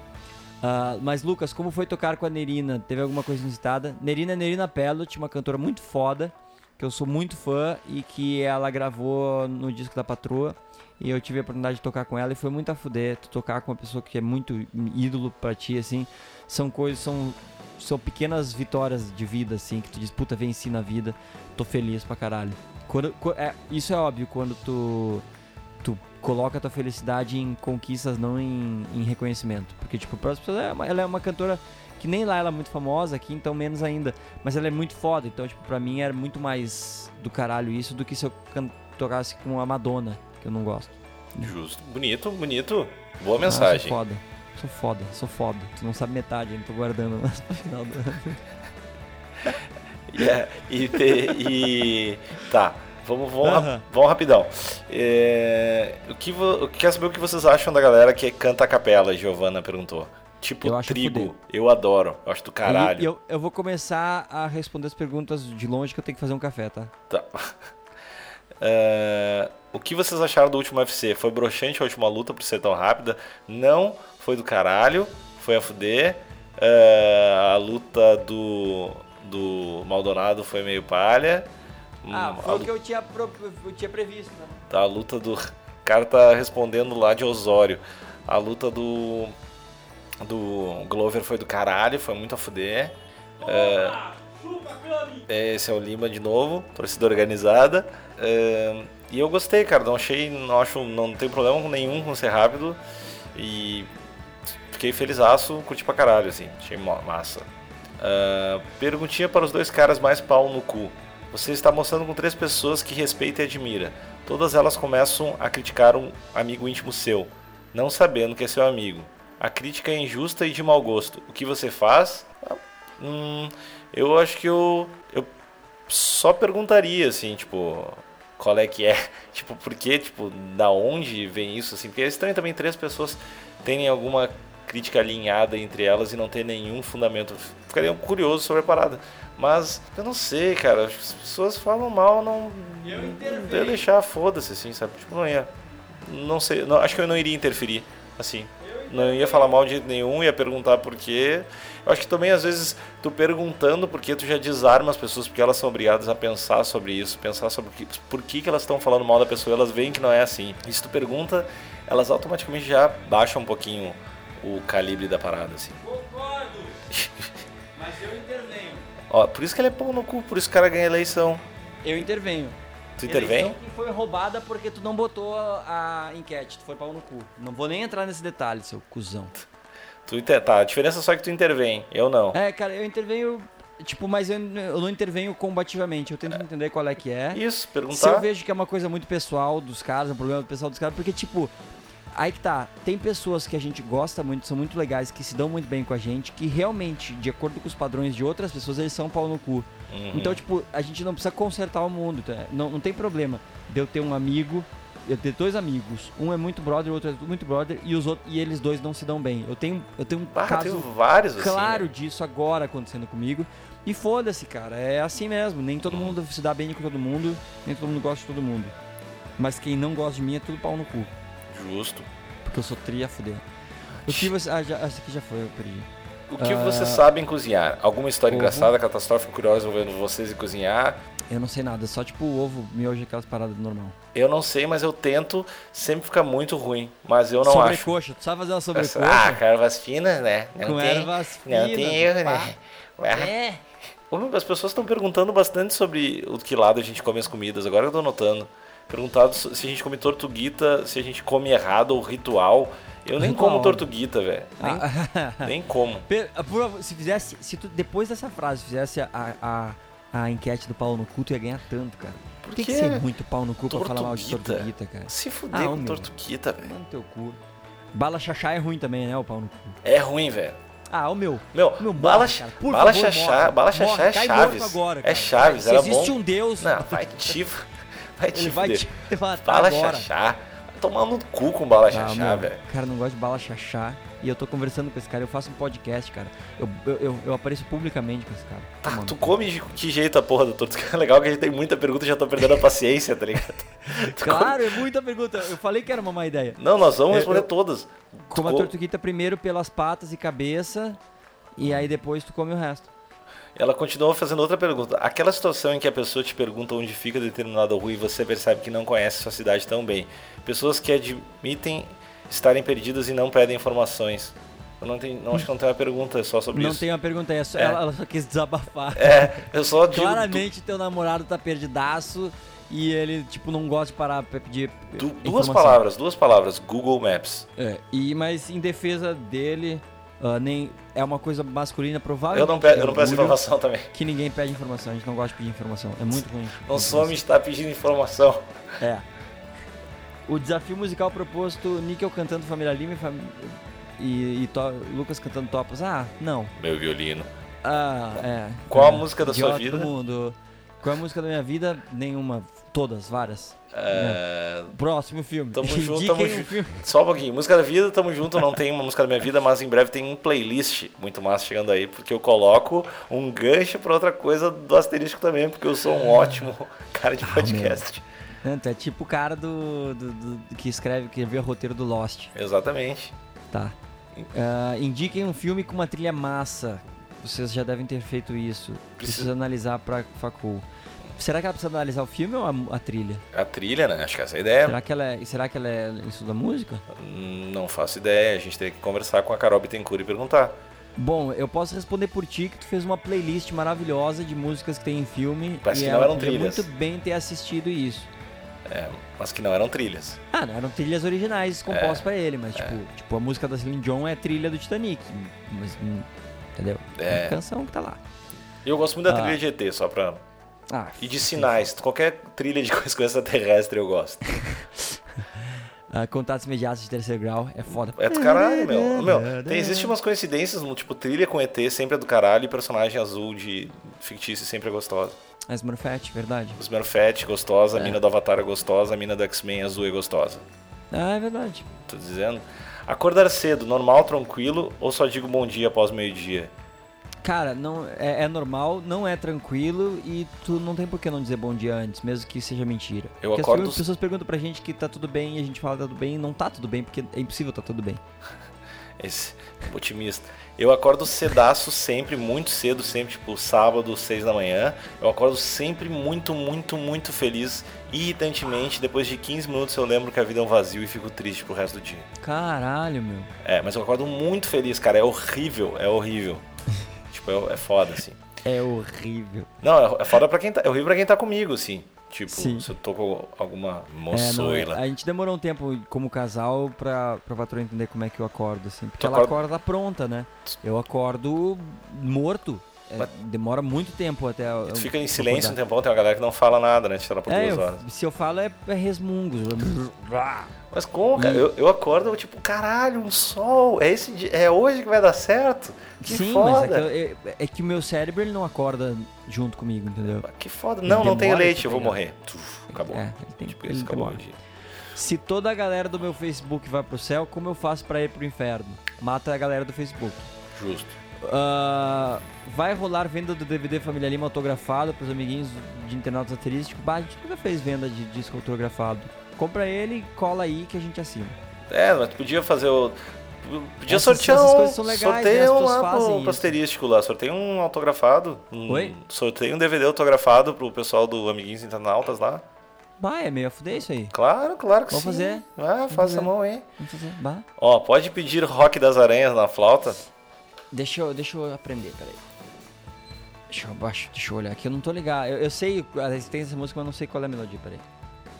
A: Ah, mas, Lucas, como foi tocar com a Nerina? Teve alguma coisa inusitada? Nerina é Nerina Pellet, uma cantora muito foda, que eu sou muito fã e que ela gravou no disco da Patroa. E eu tive a oportunidade de tocar com ela e foi muito a fuder. Tu tocar com uma pessoa que é muito ídolo pra ti, assim, são coisas, são, são pequenas vitórias de vida, assim, que tu diz, puta, venci na vida, tô feliz pra caralho. Quando, co- é, isso é óbvio, quando tu tu coloca a tua felicidade em conquistas, não em, em reconhecimento. Porque, tipo, para as pessoas, ela é, uma, ela é uma cantora que nem lá ela é muito famosa, aqui então menos ainda. Mas ela é muito foda, então, tipo, pra mim era muito mais do caralho isso do que se eu can- tocasse com a Madonna, que eu não gosto.
B: Justo. Bonito, bonito. Boa
A: Ah,
B: mensagem.
A: sou foda. Sou foda, sou foda. Tu não sabe metade, ainda tô guardando mas pro final do ano.
B: Yeah, É, E, te- e- tá, vamos, vamos, ra-
A: Aham.
B: vamos rapidão. É, o que vo- eu quero saber o que vocês acham da galera que canta a capela, Giovana perguntou. Tipo
A: Eu acho
B: trigo,
A: fuder.
B: eu adoro, eu acho do caralho.
A: E Eu, eu vou começar a responder as perguntas de longe que eu tenho que fazer um café, tá?
B: Tá. É, o que vocês acharam do último UFC? Foi broxante a última luta por ser tão rápida? Não, foi do caralho, foi a fuder. É, a luta do, do Maldonado foi meio palha. Hum, a
A: eu tinha, previsto, né?
B: Tá, A luta do. O cara tá respondendo lá de Osório. A luta do. Do Glover foi do caralho, foi muito a fuder. É, esse é o Lima de novo, torcida organizada. É, e eu gostei, cara. Não achei. Não acho. Não tem problema nenhum com ser rápido. E. Fiquei feliz, curti pra caralho, assim. Achei mo- massa. Ah, perguntinha para os dois caras mais pau no cu. Você está mostrando com três pessoas que respeita e admira. Todas elas começam a criticar um amigo íntimo seu, não sabendo que é seu amigo. A crítica é injusta e de mau gosto. O que você faz? Ah, Hum, eu acho que eu, eu só perguntaria, assim, tipo, qual é que é? Tipo, por quê? Tipo, da onde vem isso? Assim? Porque é estranho também três pessoas terem alguma crítica alinhada entre elas e não ter nenhum fundamento. Ficaria curioso sobre a parada. Mas eu não sei, cara. Acho que as pessoas falam mal, não. Eu ia deixar, foda-se, assim, sabe? Tipo, não ia. Não sei. não- acho que eu não iria interferir, assim. Não ia falar mal de jeito nenhum, ia perguntar por quê. Eu acho que também, às vezes, tu perguntando por quê, tu já desarma as pessoas, porque elas são obrigadas a pensar sobre isso, pensar sobre o que, por que, que elas estão falando mal da pessoa, elas veem que não é assim. E se tu pergunta, elas automaticamente já baixam um pouquinho o calibre da parada, assim.
A: Mas eu intervenho.
B: Ó, por isso que ele é pão no cu, por isso que o cara ganha eleição.
A: Eu intervenho.
B: Tu intervém?
A: Eleição que foi roubada porque tu não botou a a enquete, tu foi pau no cu. Não vou nem entrar nesse detalhe, seu cuzão.
B: Tu inter... Tá, a diferença é só que tu intervém, eu não.
A: É, cara, eu intervenho, tipo, mas eu, eu não intervenho combativamente, eu tento entender qual é que é.
B: Isso,
A: Se eu
B: perguntar.
A: vejo que é uma coisa muito pessoal dos caras, é um problema pessoal dos caras, porque, tipo, aí que tá, tem pessoas que a gente gosta muito, são muito legais, que se dão muito bem com a gente, que realmente, de acordo com os padrões de outras pessoas, eles são pau no cu.
B: Uhum.
A: Então, tipo, a gente não precisa consertar o mundo, tá? não, não tem problema de eu ter um amigo, eu ter dois amigos, um é muito brother, o outro é muito brother, e, os outros, e eles dois não se dão bem. Eu tenho, eu tenho um
B: Ah,
A: caso
B: tem vários, assim.
A: claro
B: né?
A: disso agora acontecendo comigo. E foda-se, cara, é assim mesmo. Nem todo mundo se dá bem com todo mundo, nem todo mundo gosta de todo mundo. Mas quem não gosta de mim é tudo pau no cu,
B: Justo.
A: porque eu sou tri a fuder. O que você. Ah, já, essa aqui já foi, eu perdi.
B: O que
A: Ah. Uhum.
B: vocês sabem cozinhar? Alguma história
A: Ovo.
B: engraçada, catastrófica, curiosa envolvendo vocês e cozinhar?
A: Eu não sei nada, só tipo o ovo, miojo, aquelas paradas normal.
B: Eu não sei, mas eu tento. Sempre fica muito ruim, mas eu não acho.
A: sobrecoxa, tu sabe fazer uma
B: Essa-
A: sobrecoxa?
B: Ah, carvas finas, né? Não
A: com
B: tem,
A: ervas
B: não
A: finas.
B: tem erro, né? Ah,
A: É.
B: Ô, meu, As pessoas estão perguntando bastante sobre o que lado a gente come as comidas, agora eu tô notando. Perguntado so- se a gente come tortuguita, se a gente come errado ou ritual. Eu nem
A: Ritual.
B: como tortuguita, velho. Nem,
A: Ah,
B: nem como.
A: Pe- por favor, se fizesse, se tu depois dessa frase fizesse a, a, a enquete do pau no cu, tu ia ganhar tanto, cara.
B: Por
A: Tem que
B: quê?
A: ser muito pau no cu pra falar mal de
B: Tortuguita.
A: tortuguita, cara.
B: Se fuder
A: Ah, ô,
B: com
A: meu.
B: tortuguita, velho.
A: Mano, teu cu. Bala chachá é ruim também, né, o pau no cu.
B: É ruim, velho.
A: Ah, o meu.
B: Meu,
A: Meu,
B: bala,
A: morre, cara. Por
B: bala
A: favor,
B: chachá,
A: morre.
B: bala chachá
A: Morre.
B: é
A: Cai
B: Chaves.
A: morto agora,
B: é
A: cara.
B: Chaves,
A: Se
B: era
A: existe
B: bom.
A: um Deus,
B: Não, vai te, vai te
A: ele vai
B: fuder.
A: te levantar
B: Bala
A: agora. Ah,
B: chachá. Vai Tomar no cu com bala chachá,
A: meu,
B: velho.
A: Cara, não gosto de bala chachá. E eu tô conversando com esse cara, eu faço um podcast, cara. Eu, eu, eu, eu apareço publicamente com esse cara.
B: Tá,
A: Mano,
B: tu come de que jeito a porra do tortuguita? Legal que a gente tem muita pergunta e já tô perdendo a paciência, tá ligado? Tu come-
A: Claro, é muita pergunta. Eu falei que era uma má ideia.
B: Não, nós vamos
A: Eu-
B: responder
A: eu-
B: todas. Tu
A: Como a
B: co-
A: tortuguita primeiro pelas patas e cabeça, e aí depois tu come o resto.
B: Ela continuou fazendo outra pergunta. Aquela situação em que a pessoa te pergunta onde fica determinada rua e você percebe que não conhece sua cidade tão bem. Pessoas que admitem estarem perdidas e não pedem informações. Eu não, tenho, não acho que não tem uma pergunta, é só sobre
A: Não
B: isso.
A: tem uma pergunta, é só-
B: É.
A: Ela, ela só quis desabafar.
B: É, eu só digo. tu-
A: Claramente teu namorado tá perdidaço e ele, tipo, não gosta de parar pra pedir.
B: Du- duas
A: informação.
B: palavras, duas palavras. Google Maps.
A: É, e, mas em defesa dele, ah, nem, é uma coisa masculina provável.
B: Eu não, pe eu não peço
A: orgulho
B: informação também.
A: Que ninguém pede informação, a gente não gosta de pedir informação. É muito ruim.
B: Não some de estar pedindo informação.
A: É. O desafio musical proposto, Níquel cantando Família Lima e, fami- e- e to- Lucas cantando Topas. Ah, não.
B: Meu violino.
A: Ah, é.
B: Qual a
A: É,
B: música da sua
A: idiota
B: vida?
A: do mundo. Qual a música da minha vida? Nenhuma. Todas, várias.
B: É,
A: Próximo filme.
B: Tamo junto,
A: Indiquem
B: tamo
A: um
B: junto.
A: filme.
B: Só um pouquinho. Música da vida, tamo junto. Não tem uma música da minha vida, mas em breve tem um playlist muito massa chegando aí, porque eu coloco um gancho pra outra coisa do asterisco também, porque eu sou um
A: Ah.
B: ótimo cara de podcast.
A: Né, tu É tipo o cara do, do- do- que escreve, que vê o roteiro do Lost.
B: Exatamente.
A: Tá. Ah, indiquem um filme com uma trilha massa. Vocês já devem ter feito isso. Precisa,
B: Precisa-
A: analisar pra Facul. Será que ela precisa analisar o filme ou a, a trilha?
B: A trilha, né? Acho que essa é a ideia.
A: Será que ela é, será que ela é isso da música?
B: Hum, Não faço ideia. A gente teria que conversar com a Carol Bittencourt e perguntar.
A: Bom, eu posso responder por ti que tu fez uma playlist maravilhosa de músicas que tem em filme.
B: Parece
A: e
B: que não
A: ela
B: eram
A: podia
B: trilhas.
A: muito bem ter assistido isso.
B: É, mas que não eram trilhas.
A: Ah, não eram trilhas originais
B: É,
A: compostas pra ele, mas tipo, tipo, a música da Celine Dion é trilha do Titanic. Mas, hum, entendeu?
B: É.
A: uma canção que tá lá.
B: E eu gosto muito da
A: Ah.
B: trilha de ET, só pra.
A: Ah,
B: E de sinais. Qualquer trilha de coisa coisa extraterrestre eu gosto.
A: Ah, contatos imediatos de terceiro grau é foda.
B: É do caralho, meu. meu tem, existe umas coincidências, no tipo, trilha com ET sempre é do caralho e personagem azul de fictício sempre é gostosa.
A: Mas Manufat, verdade.
B: Os Manfet, gostosa, a mina do Avatar é gostosa, a mina do X-Men azul é gostosa.
A: Ah, é verdade.
B: Tô dizendo. Acordar cedo, normal, tranquilo, ou só digo bom dia após meio-dia?
A: Cara, não, é, é normal, não é tranquilo e tu não tem por que não dizer bom dia antes, mesmo que seja mentira.
B: Eu
A: Porque as
B: acordo-
A: pe- As pessoas perguntam pra gente que tá tudo bem e a gente fala tá tudo bem e não tá tudo bem, porque é impossível tá tudo bem.
B: Esse otimista. Eu acordo cedaço sempre, muito cedo, sempre, tipo, sábado, seis da manhã. Eu acordo sempre muito, muito, muito feliz. E, irritantemente, depois de 15 minutos eu lembro que a vida é um vazio e fico triste pro resto do dia.
A: Caralho, meu.
B: É, mas eu acordo muito feliz, cara. É horrível, é horrível. tipo, é, é foda, assim.
A: É horrível.
B: Não, é, é foda pra quem tá. É horrível pra quem tá comigo, assim. Tipo,
A: Sim.
B: se eu tô com alguma
A: É, não,
B: moçoila.
A: a gente demorou um tempo como casal pra, pra patroa entender como é que eu acordo, assim. Porque
B: Tu
A: ela
B: acorda-
A: acorda pronta, né? Eu acordo morto. É,
B: Mas-
A: Demora muito tempo até.
B: E
A: eu-
B: tu fica em
A: eu
B: silêncio um
A: acordar.
B: tempão, tem uma galera que não fala nada, né? Te tela por
A: É,
B: duas
A: eu-
B: horas.
A: se eu falo é, é resmungos.
B: Mas como, cara? Eu, eu acordo, tipo, caralho, um sol. É, esse dia- é hoje que vai dar certo? Que
A: Sim, mas é que,
B: foda.
A: eu- é, é que o meu cérebro ele não acorda junto comigo, entendeu?
B: Que foda.
A: Ele
B: Não, não tem
A: demora
B: leite,
A: pra
B: eu vou
A: pegar.
B: morrer. Tuf, acabou.
A: É, ele tem
B: Tipo,
A: ele
B: isso acabou
A: demora.
B: o dia.
A: Se toda a galera do meu Facebook vai pro céu, como eu faço pra ir pro inferno? Mata a galera do Facebook.
B: Justo.
A: Ah, vai rolar venda do DVD Família Lima autografado pros amiguinhos de internautas asterísticos. Bah, a gente nunca fez venda de disco autografado. Compra ele, cola aí que a gente assina.
B: É, mas tu podia fazer o. Podia
A: Essas-
B: sortear
A: essas
B: um-
A: coisas são legais, né? As
B: sorteio
A: pessoas
B: lá
A: fazem
B: pro,
A: isso.
B: pro asterístico lá, sorteio um autografado. Um,
A: Oi?
B: Sorteio um DVD autografado pro pessoal do Amiguinhos Internautas lá.
A: Bah, é meio a fuder isso aí.
B: Claro, claro que
A: Vamos
B: sim.
A: fazer.
B: Ah, faça
A: fazer.
B: a mão hein?
A: Vamos fazer. Bah.
B: Ó, pode pedir Rock das Aranhas na flauta.
A: Deixa eu, deixa eu aprender, peraí. Deixa eu abaixar, deixa eu olhar aqui, eu não tô ligado. Eu, eu sei a existência dessa música, mas não sei qual é a melodia, peraí.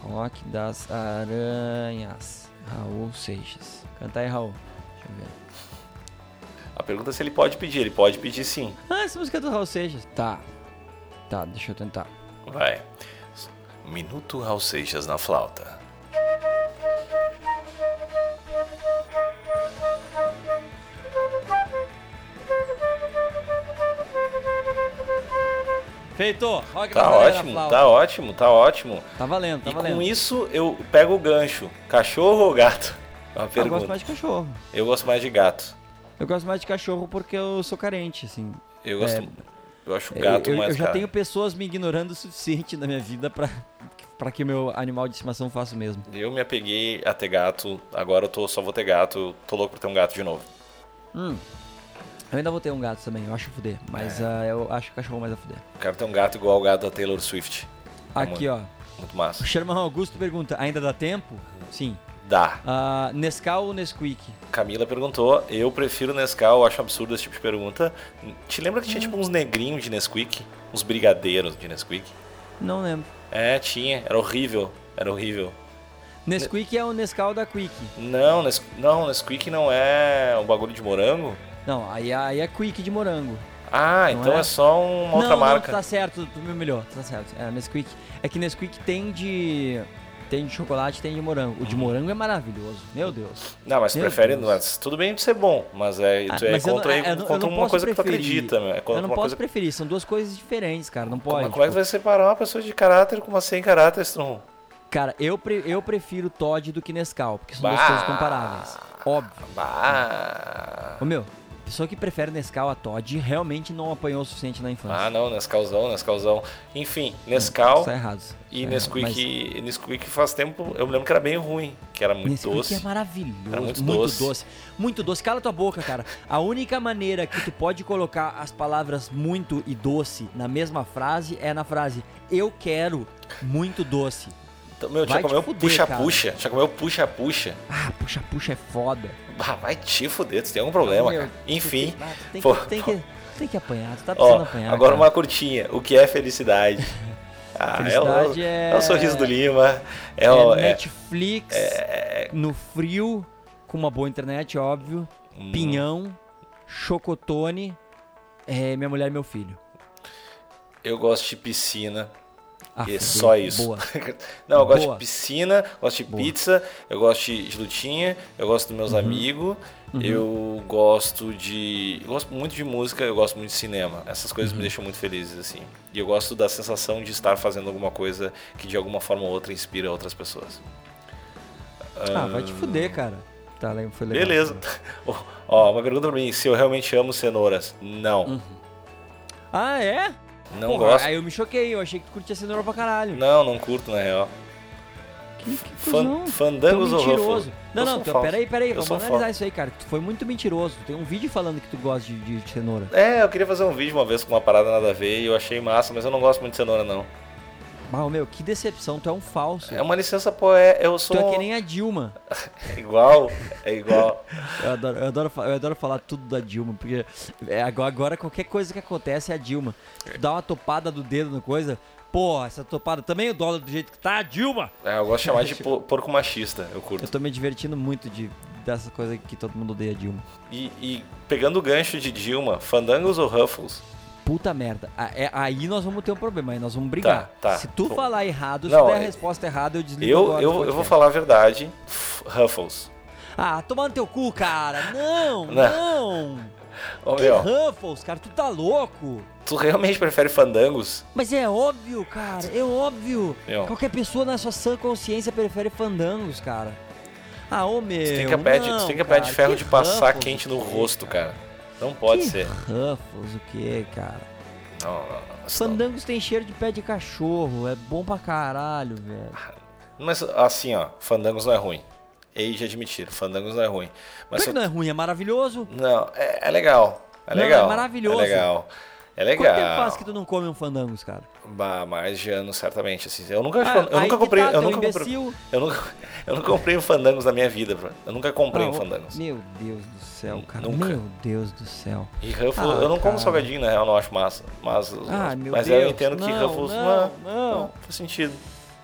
A: Rock das Aranhas. Raul Seixas. Canta aí, Raul. Deixa eu ver.
B: A pergunta é se ele pode pedir. Ele pode pedir sim.
A: Ah, essa música é do Raul Seixas. Tá. Tá, deixa eu tentar.
B: Vai. Minuto Raul Seixas na flauta.
A: Feito! Rock
B: Tá ótimo, tá ótimo, tá ótimo.
A: Tá valendo, tá
B: e
A: valendo.
B: com isso eu pego o gancho. Cachorro ou gato? É Uma
A: eu
B: pergunta.
A: gosto mais de cachorro.
B: Eu gosto mais de gato.
A: Eu gosto mais de cachorro porque eu sou carente, assim.
B: Eu gosto. Eu acho
A: Eu-
B: gato
A: É, eu,
B: mais
A: eu já
B: cara.
A: tenho pessoas me ignorando o suficiente na minha vida pra, pra que meu animal de estimação faça o mesmo.
B: Eu me apeguei a ter gato, agora eu tô, só vou ter gato, eu tô louco pra ter um gato de novo.
A: Hum. Eu ainda vou ter um gato também, eu acho fuder. Mas
B: É.
A: ah, eu acho o cachorro mais a fuder.
B: Quero ter um gato igual o gato da Taylor Swift.
A: Aqui, ó.
B: Muito
A: O
B: massa.
A: Sherman Augusto pergunta: ainda dá tempo? Sim.
B: Dá.
A: Ah, Nescau ou Nesquik?
B: Camila perguntou, eu prefiro Nescau, eu acho absurdo esse tipo de pergunta. Te lembra que tinha tipo uns negrinhos de Nesquik? Uns brigadeiros de Nesquik?
A: Não lembro.
B: É, tinha. Era horrível. Era horrível.
A: Nesquik é o Nescau da Quick.
B: Não, Nes... não, Nesquik não é um bagulho de morango.
A: Não, aí, aí é Quick de morango.
B: Ah,
A: Não
B: então
A: é?
B: é, só uma outra
A: não,
B: marca.
A: Não, tá certo, tu me melhor, tá certo. É, Nesquik. É que Nesquik tem de. Tem de chocolate tem de morango.
B: Uhum.
A: O de morango é maravilhoso. Meu Deus.
B: Não, mas
A: Meu
B: prefere.
A: Deus.
B: Mas tudo bem de ser bom, mas é,
A: Ah,
B: tu é
A: mas eu não-
B: contra,
A: eu não- eu não
B: contra uma
A: posso
B: coisa que tu
A: preferir.
B: acredita, né? É
A: Eu
B: contra
A: não
B: uma
A: posso
B: coisa
A: preferir, são duas coisas diferentes, cara. Não pode.
B: Mas como é que vai separar uma pessoa de caráter com uma sem caráter, Strum?
A: Cara, eu, pre- eu prefiro Todd do que Nescau, porque são duas
B: Bah.
A: coisas comparáveis. Óbvio.
B: Bah.
A: Ô meu, pessoa que prefere Nescau a Todd realmente não apanhou o suficiente na infância.
B: Ah, não, Nescauzão, Nescauzão. Enfim, Nescau
A: Tá errado.
B: Ah,
A: Tá
B: e
A: errado,
B: Nesquik, Nesquik faz tempo, eu me lembro que era bem ruim, que era muito
A: mas Nesquik
B: doce.
A: é maravilhoso.
B: Era
A: muito,
B: muito
A: doce.
B: doce.
A: Muito doce. Cala tua boca, cara. A única maneira que tu pode colocar as palavras muito e doce na mesma frase é na frase eu quero muito doce.
B: Então, meu,
A: Vai
B: já
A: te
B: comeu
A: fuder,
B: puxa-puxa, já comeu puxa-puxa.
A: Ah, puxa, puxa, é foda.
B: Bah, vai te fuder, tu tem algum problema,
A: Meu,
B: cara.
A: tu
B: Enfim,
A: tem- ah, tu tem,
B: pô,
A: que, tem, que, tem que apanhar, tu tá
B: ó,
A: precisando apanhar.
B: agora
A: cara.
B: uma curtinha. O que é felicidade? Ah, é o-
A: Felicidade
B: é,
A: é,
B: o sorriso do Lima, é, o...
A: é
B: é-
A: Netflix no frio, com uma boa internet, óbvio.
B: Uhum.
A: Pinhão, chocotone, é, minha mulher e meu filho.
B: eu gosto de piscina,
A: Ah,
B: E é
A: fudeu.
B: só isso.
A: Boa.
B: Não, eu gosto
A: Boa.
B: de piscina, gosto de
A: Boa. Uhum.
B: pizza, eu gosto de de lutinha, eu gosto dos meus amigos, eu gosto de. Eu gosto muito de música, eu gosto muito de cinema. Essas coisas
A: Uhum.
B: me deixam muito felizes, assim. E eu gosto da sensação de estar fazendo alguma coisa que de alguma forma ou outra inspira outras pessoas.
A: Ah, vai te fuder, cara. Tá, le- foi legal.
B: Beleza. Ó, uma pergunta pra mim: se eu realmente amo cenouras? Não.
A: Ah, é?
B: Não
A: Uhum. Porra,
B: Então gosto.
A: Aí eu me choquei, eu achei que tu curtia cenoura pra caralho.
B: Não, não curto, na real.
A: Que, que
B: Fan,
A: cuzão. Tão
B: fandangos ou
A: mentiroso.
B: Ruffles?
A: Não,
B: Eu
A: não,
B: sou
A: tu,
B: falso.
A: peraí, peraí,
B: Eu
A: vamos
B: sou
A: analisar
B: falso.
A: isso aí, cara. Tu foi muito mentiroso. Tem um vídeo falando que tu gosta de, de cenoura.
B: É, eu queria fazer um vídeo uma vez com uma parada nada a ver e eu achei massa, mas eu não gosto muito de cenoura, não.
A: Mas, meu, que decepção, tu é um falso.
B: É uma licença poé, eu
A: Tu
B: sou
A: é que nem a Dilma.
B: É igual, é igual.
A: Eu adoro, eu, adoro, fa- eu adoro falar tudo da Dilma, porque é, agora, agora qualquer coisa que acontece é a Dilma. Tu dá uma topada do dedo na coisa, porra, essa topada também o dólar do jeito que tá, a Dilma!
B: É, eu gosto de chamar de po- porco machista, eu
A: Eu
B: curto.
A: tô me divertindo muito de, dessa coisa que todo mundo odeia a Dilma.
B: E, e pegando o gancho de Dilma, fandangos ou ruffles?
A: Puta merda. A- é- Aí nós vamos ter um problema, aí nós vamos brigar.
B: Tá, tá.
A: Se tu
B: Bom.
A: falar errado, se
B: Não,
A: der a
B: é-
A: resposta errada, eu desligo
B: Eu,
A: agora.
B: eu,
A: do
B: eu vou
A: podcast.
B: falar a verdade, f- ruffles.
A: Ah, toma no teu cu, cara. Não,
B: Né?
A: não.
B: Não. Ô,
A: Que
B: meu,
A: Ruffles, cara, tu tá louco.
B: tu realmente prefere fandangos?
A: Mas é óbvio, cara, é óbvio.
B: Meu.
A: Qualquer pessoa na sua sã consciência prefere fandangos, cara. Ah, ô meu.
B: Tu tem que a pé de, tu
A: não,
B: tem que a pé
A: cara,
B: de ferro
A: que
B: de passar
A: Ruffles
B: quente
A: o
B: no
A: quê,
B: rosto,
A: cara?
B: cara. Não pode
A: que
B: ser.
A: Ruffles, o que, cara?
B: Não, não, não, isso não.
A: Fandangos tem cheiro de pé de cachorro, é bom pra caralho, velho.
B: Ah, Mas assim, ó, Fandangos não é ruim. Ei de admitir, Fandangos não é ruim.
A: Mas
B: Mas se eu-
A: que não é ruim, é maravilhoso.
B: não, é, é legal. É
A: Não, é
B: legal.
A: maravilhoso.
B: É legal. É
A: Quanto tempo
B: legal.
A: faz que tu não come um fandangos, cara?
B: Bah, mais de anos, certamente. Assim, eu nunca,
A: Ah,
B: eu
A: aí
B: nunca
A: que
B: comprei.
A: tá,
B: eu,
A: teu
B: nunca comprei um
A: imbecil.
B: eu, nunca, eu nunca comprei um Fandangos na minha vida, bro. Eu nunca comprei
A: Ah,
B: um
A: ô,
B: Fandangos.
A: Meu Deus do céu,
B: N-
A: cara.
B: nunca.
A: Meu Deus do céu.
B: E Ruffles,
A: Ah,
B: eu não
A: cara.
B: como salgadinho, na real, não acho massa. Mas,
A: Ah, meu
B: mas eu
A: Deus,
B: entendo que
A: não,
B: Ruffles
A: não,
B: não,
A: não.
B: faz sentido.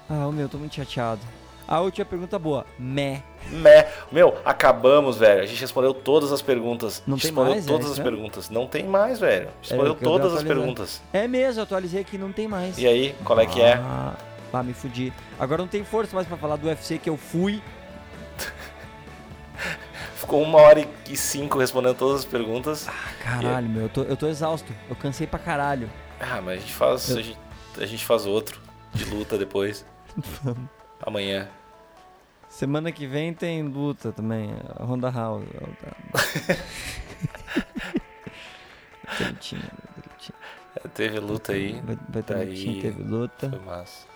A: Ah, ô, meu, tô muito chateado. A última pergunta boa. Meh.
B: Mé. Né? Meu, acabamos, velho. A gente respondeu todas as perguntas.
A: Não
B: a gente
A: tem
B: respondeu
A: mais, é
B: todas
A: isso
B: as
A: mesmo? É,
B: perguntas. Não tem mais, velho.
A: eu
B: Respondeu
A: quero
B: todas as
A: atualizar.
B: perguntas.
A: É mesmo, eu atualizei aqui, não tem mais.
B: E aí, qual é que é?
A: Ah, ah, me fudi. Agora não tem força mais pra falar do UFC que eu fui.
B: Ficou uma hora e cinco respondendo todas as perguntas.
A: Ah, caralho, meu, eu tô, eu tô exausto. Eu cansei pra caralho.
B: Ah, mas a gente faz. A gente, a gente faz outro de luta depois. Amanhã.
A: Semana que vem tem luta também. a Honda House. Tá- direitinho, direitinho.
B: É, Teve luta aí.
A: Vai, vai ter
B: Daí-
A: lutinha, teve luta.
B: Foi massa.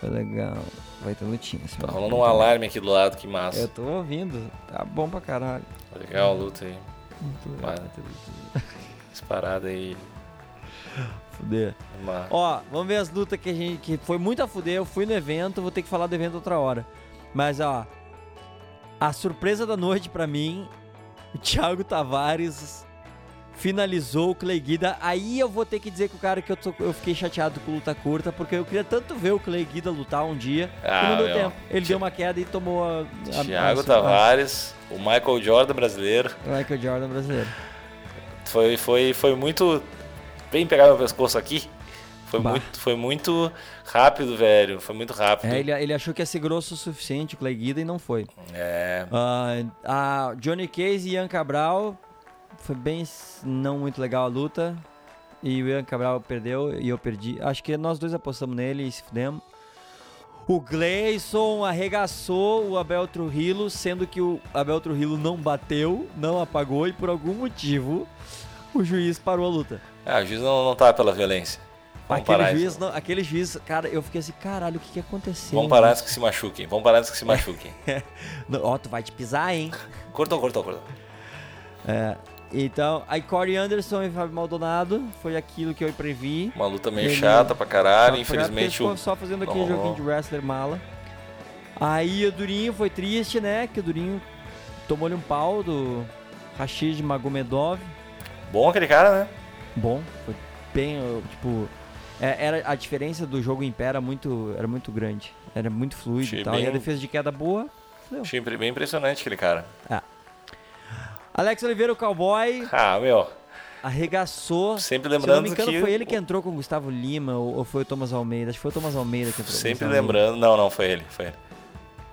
A: Foi legal. Vai ter lutinha.
B: Tá
A: semana que
B: rolando
A: vem
B: um
A: também.
B: alarme aqui do lado, que
A: Eu
B: massa.
A: tô ouvindo. Tá bom pra caralho.
B: Legal a luta aí.
A: Muito legal,
B: Vai.
A: vai ter luta.
B: Essa parada aí.
A: Fuder.
B: Massa.
A: Ó, vamos ver as lutas que a gente. que foi muito a fuder. Eu fui no evento, vou ter que falar do evento outra hora. Mas, ó. A surpresa da noite pra mim, o Thiago Tavares finalizou o Clay Guida. Aí eu vou ter que dizer que o cara que eu, tô- eu fiquei chateado com luta curta, porque eu queria tanto ver o Clay Guida lutar um dia.
B: Ah,
A: e não deu
B: meu.
A: tempo. Ele deu uma queda e tomou a. a-
B: Thiago
A: a-
B: Tavares, o Michael Jordan brasileiro.
A: a- Michael Jordan brasileiro.
B: Foi, foi, foi muito. Vem pegar meu pescoço aqui. Foi
A: Bah.
B: muito, foi muito rápido, velho. Foi muito rápido.
A: É, ele, ele achou que ia ser grosso o suficiente, o Clay Guida, e não foi.
B: É,
A: Ah, a Johnny Case e Ian Cabral foi bem s- não muito legal a luta. E o Ian Cabral perdeu e eu perdi. Acho que nós dois apostamos nele e se fudemos. O Gleison arregaçou o Abel Trujillo, sendo que o Abel Trujillo não bateu, não apagou e por algum motivo o juiz parou a luta.
B: Ah, o juiz não, não tá pela violência. Vamos parar
A: Aquele juiz,
B: isso.
A: não- aquele juiz, cara, eu fiquei assim, caralho, o que, que aconteceu?
B: Vamos parar antes que se machuquem. Vamos parar antes que se machuquem.
A: Não, Ó, tu vai te pisar, hein?
B: cortou, cortou, cortou.
A: Então, aí Corey Anderson e Fábio Maldonado foi aquilo que eu previ.
B: Uma luta meio
A: Ele-
B: chata pra caralho.
A: Só- porque
B: Infelizmente,
A: ficou
B: o...
A: só fazendo aquele
B: Não rolou.
A: joguinho de wrestler mala. Aí o Durinho foi triste, né? Que o Durinho tomou-lhe um pau do Rashid Magomedov.
B: bom aquele cara, né?
A: Bom, foi bem, eu, tipo, é, era a diferença do jogo em pé era muito, era muito grande, era muito fluido
B: Achei
A: e tal. E a
B: bem-
A: defesa de queda boa.
B: Achei bem impressionante aquele cara.
A: Alex Oliveira, o cowboy,
B: Ah, meu.
A: arregaçou.
B: Sempre
A: Se eu não
B: lembrando
A: me engano,
B: que.
A: foi ele que entrou com o Gustavo Lima ou, ou foi o Thomas Almeida? Acho que foi o Thomas Almeida que entrou. com o
B: Sempre
A: Gustavo Lima.
B: lembrando. Não, não, foi ele. Foi ele.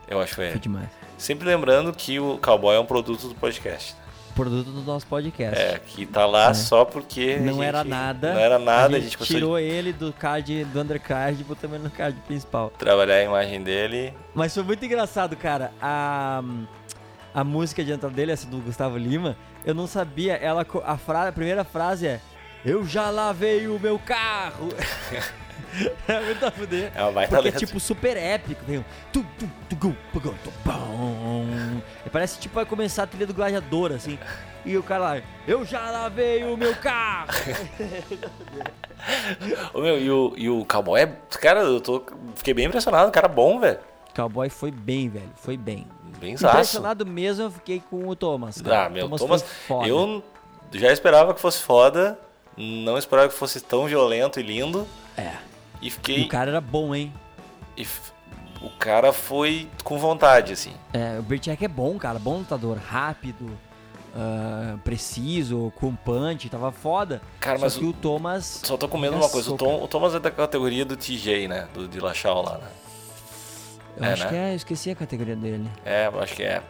B: Eu acho que foi
A: Foi
B: ele.
A: demais.
B: Sempre lembrando que o cowboy é um produto do podcast.
A: Produto do nosso podcast.
B: É, que tá lá só porque. a
A: Não era
B: gente-
A: nada.
B: Não era nada,
A: A
B: a
A: gente
B: gente conseguiu
A: tirou ele do card, do undercard e botou ele no card principal.
B: trabalhar a imagem dele.
A: Mas foi muito engraçado, cara. A, a música de entrada dele, essa do Gustavo Lima, eu não sabia. Ela, co- a, fra- a primeira frase é: Eu já lavei o meu carro. é muito a fuder.
B: É uma baita
A: Porque é
B: letra.
A: tipo super épico, tem um tu, tu, tu, gu, pu, gu, tu, pão. E Parece tipo vai começar a trilha do gladiador, assim. E o cara lá, eu já lavei o meu carro!
B: Ô, meu, e o, e o cowboy é. Cara, eu tô. Fiquei bem impressionado, cara bom, velho.
A: Cowboy foi bem, velho, foi bem.
B: Bem zaço.
A: Impressionado mesmo, eu fiquei com o Thomas. cara.
B: Ah, meu,
A: Thomas,
B: Thomas.
A: foi foda.
B: eu já esperava que fosse foda. Não esperava que fosse tão violento e lindo.
A: É.
B: E
A: E
B: fiquei.
A: o cara era bom, hein?
B: e f- o cara foi com vontade, assim.
A: É, o Bertiak é bom, cara, bom lutador, rápido, ah, preciso, com punch, tava foda.
B: Cara,
A: Só
B: mas
A: que
B: o-
A: o Thomas
B: Só tô com medo de uma
A: Nossa,
B: coisa. O, Tom- o Thomas é da categoria do TJ, né? Do de Lachal lá, né?
A: Eu
B: É,
A: acho
B: né?
A: que é, eu esqueci a categoria dele.
B: É, eu acho que é.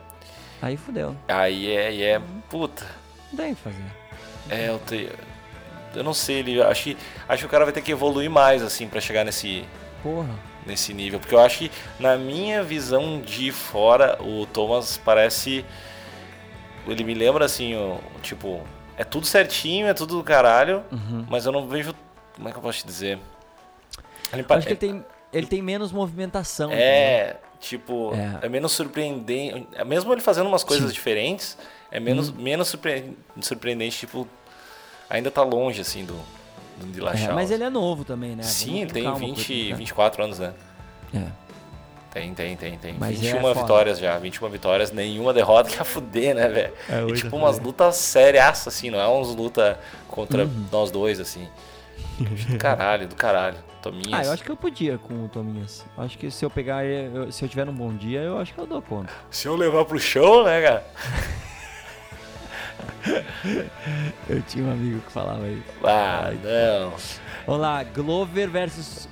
A: Aí fudeu.
B: Aí é, e é. Puta.
A: Não tem o que fazer.
B: É, eu te... Eu não sei, ele acho que, acho que o cara vai ter que evoluir mais, assim, pra chegar nesse,
A: Porra.
B: nesse nível. Porque eu acho que, na minha visão de fora, o Thomas parece. Ele me lembra assim, o, tipo, é tudo certinho, é tudo do caralho,
A: Uhum.
B: mas eu não vejo. Como é que eu posso te dizer? Ele pa-
A: Acho que ele tem, ele tem menos movimentação. entendeu?
B: É, tipo,
A: É.
B: é. menos surpreendente. é Mesmo ele fazendo umas coisas diferentes, é menos,
A: Uhum.
B: menos surpre- surpreendente, tipo, ainda tá longe, assim, do, do de
A: É,
B: Lachal.
A: mas ele é novo também, né?
B: Sim,
A: Vamos
B: ele
A: com
B: tem
A: calma com
B: 20,
A: ele, né?
B: 24 anos, né?
A: É.
B: Tem, tem, tem, tem.
A: Mas é
B: 21
A: foda.
B: vitórias já, 21 vitórias, nenhuma derrota que a fuder, né, velho?
A: É,
B: e
A: hoje
B: tipo
A: é
B: umas lutas sérias, assim, não é uns luta contra
A: Uhum.
B: nós dois, assim. Do caralho, do caralho. assim. Tominhas.
A: Ah, eu acho que eu podia com o Tominhas. Acho que se eu pegar, ele- eu- se eu tiver um bom dia, eu acho que eu dou conta.
B: Se eu levar pro show, né, cara?
A: Eu tinha um amigo que falava isso.
B: Ah, não.
A: Vamos lá, Glover versus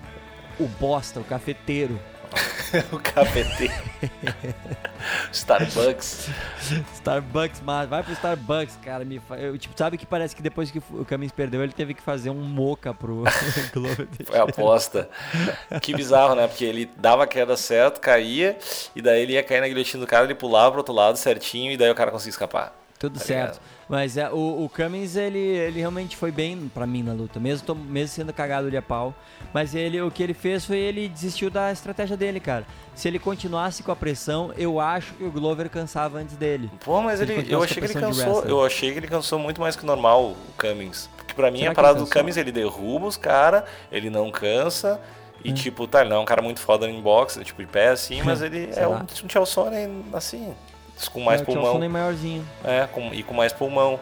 A: o bosta, o cafeteiro.
B: O KPT. Starbucks.
A: Starbucks, mas vai pro Starbucks, cara. Me fa- eu, tipo, sabe que parece que depois que o Camis perdeu, ele teve que fazer um moca pro Glover.
B: Foi a aposta. Que bizarro, né? Porque ele dava a queda certo, caía, e daí ele ia cair na guilhotina do cara, ele pulava pro outro lado certinho, e daí o cara conseguia escapar.
A: Tudo
B: Tá
A: certo.
B: ligado?
A: Mas é, o, o Cummings, ele, ele realmente foi bem pra mim na luta, mesmo, tom- mesmo sendo cagado de a pau. Mas ele, o que ele fez foi ele desistiu da estratégia dele, cara. Se ele continuasse com a pressão, eu acho que o Glover cansava antes dele.
B: Pô, mas
A: Ele
B: ele,
A: continua
B: eu
A: com
B: achei que ele
A: pressão de
B: cansou.
A: wrestler.
B: Eu achei que ele cansou muito mais que o normal, o Cummings. Porque pra mim
A: Será
B: a
A: que
B: parada
A: ele
B: do
A: cansou?
B: Cummings, ele derruba os caras, ele não cansa. E
A: Hum.
B: tipo, tá, ele não é um cara muito foda em boxe, tipo, de pé assim, mas ele
A: Sei
B: é um,
A: lá.
B: um Chelsone assim, com mais
A: É, o Chael
B: pulmão.
A: Sonnen maiorzinho.
B: É, com- e com mais pulmão.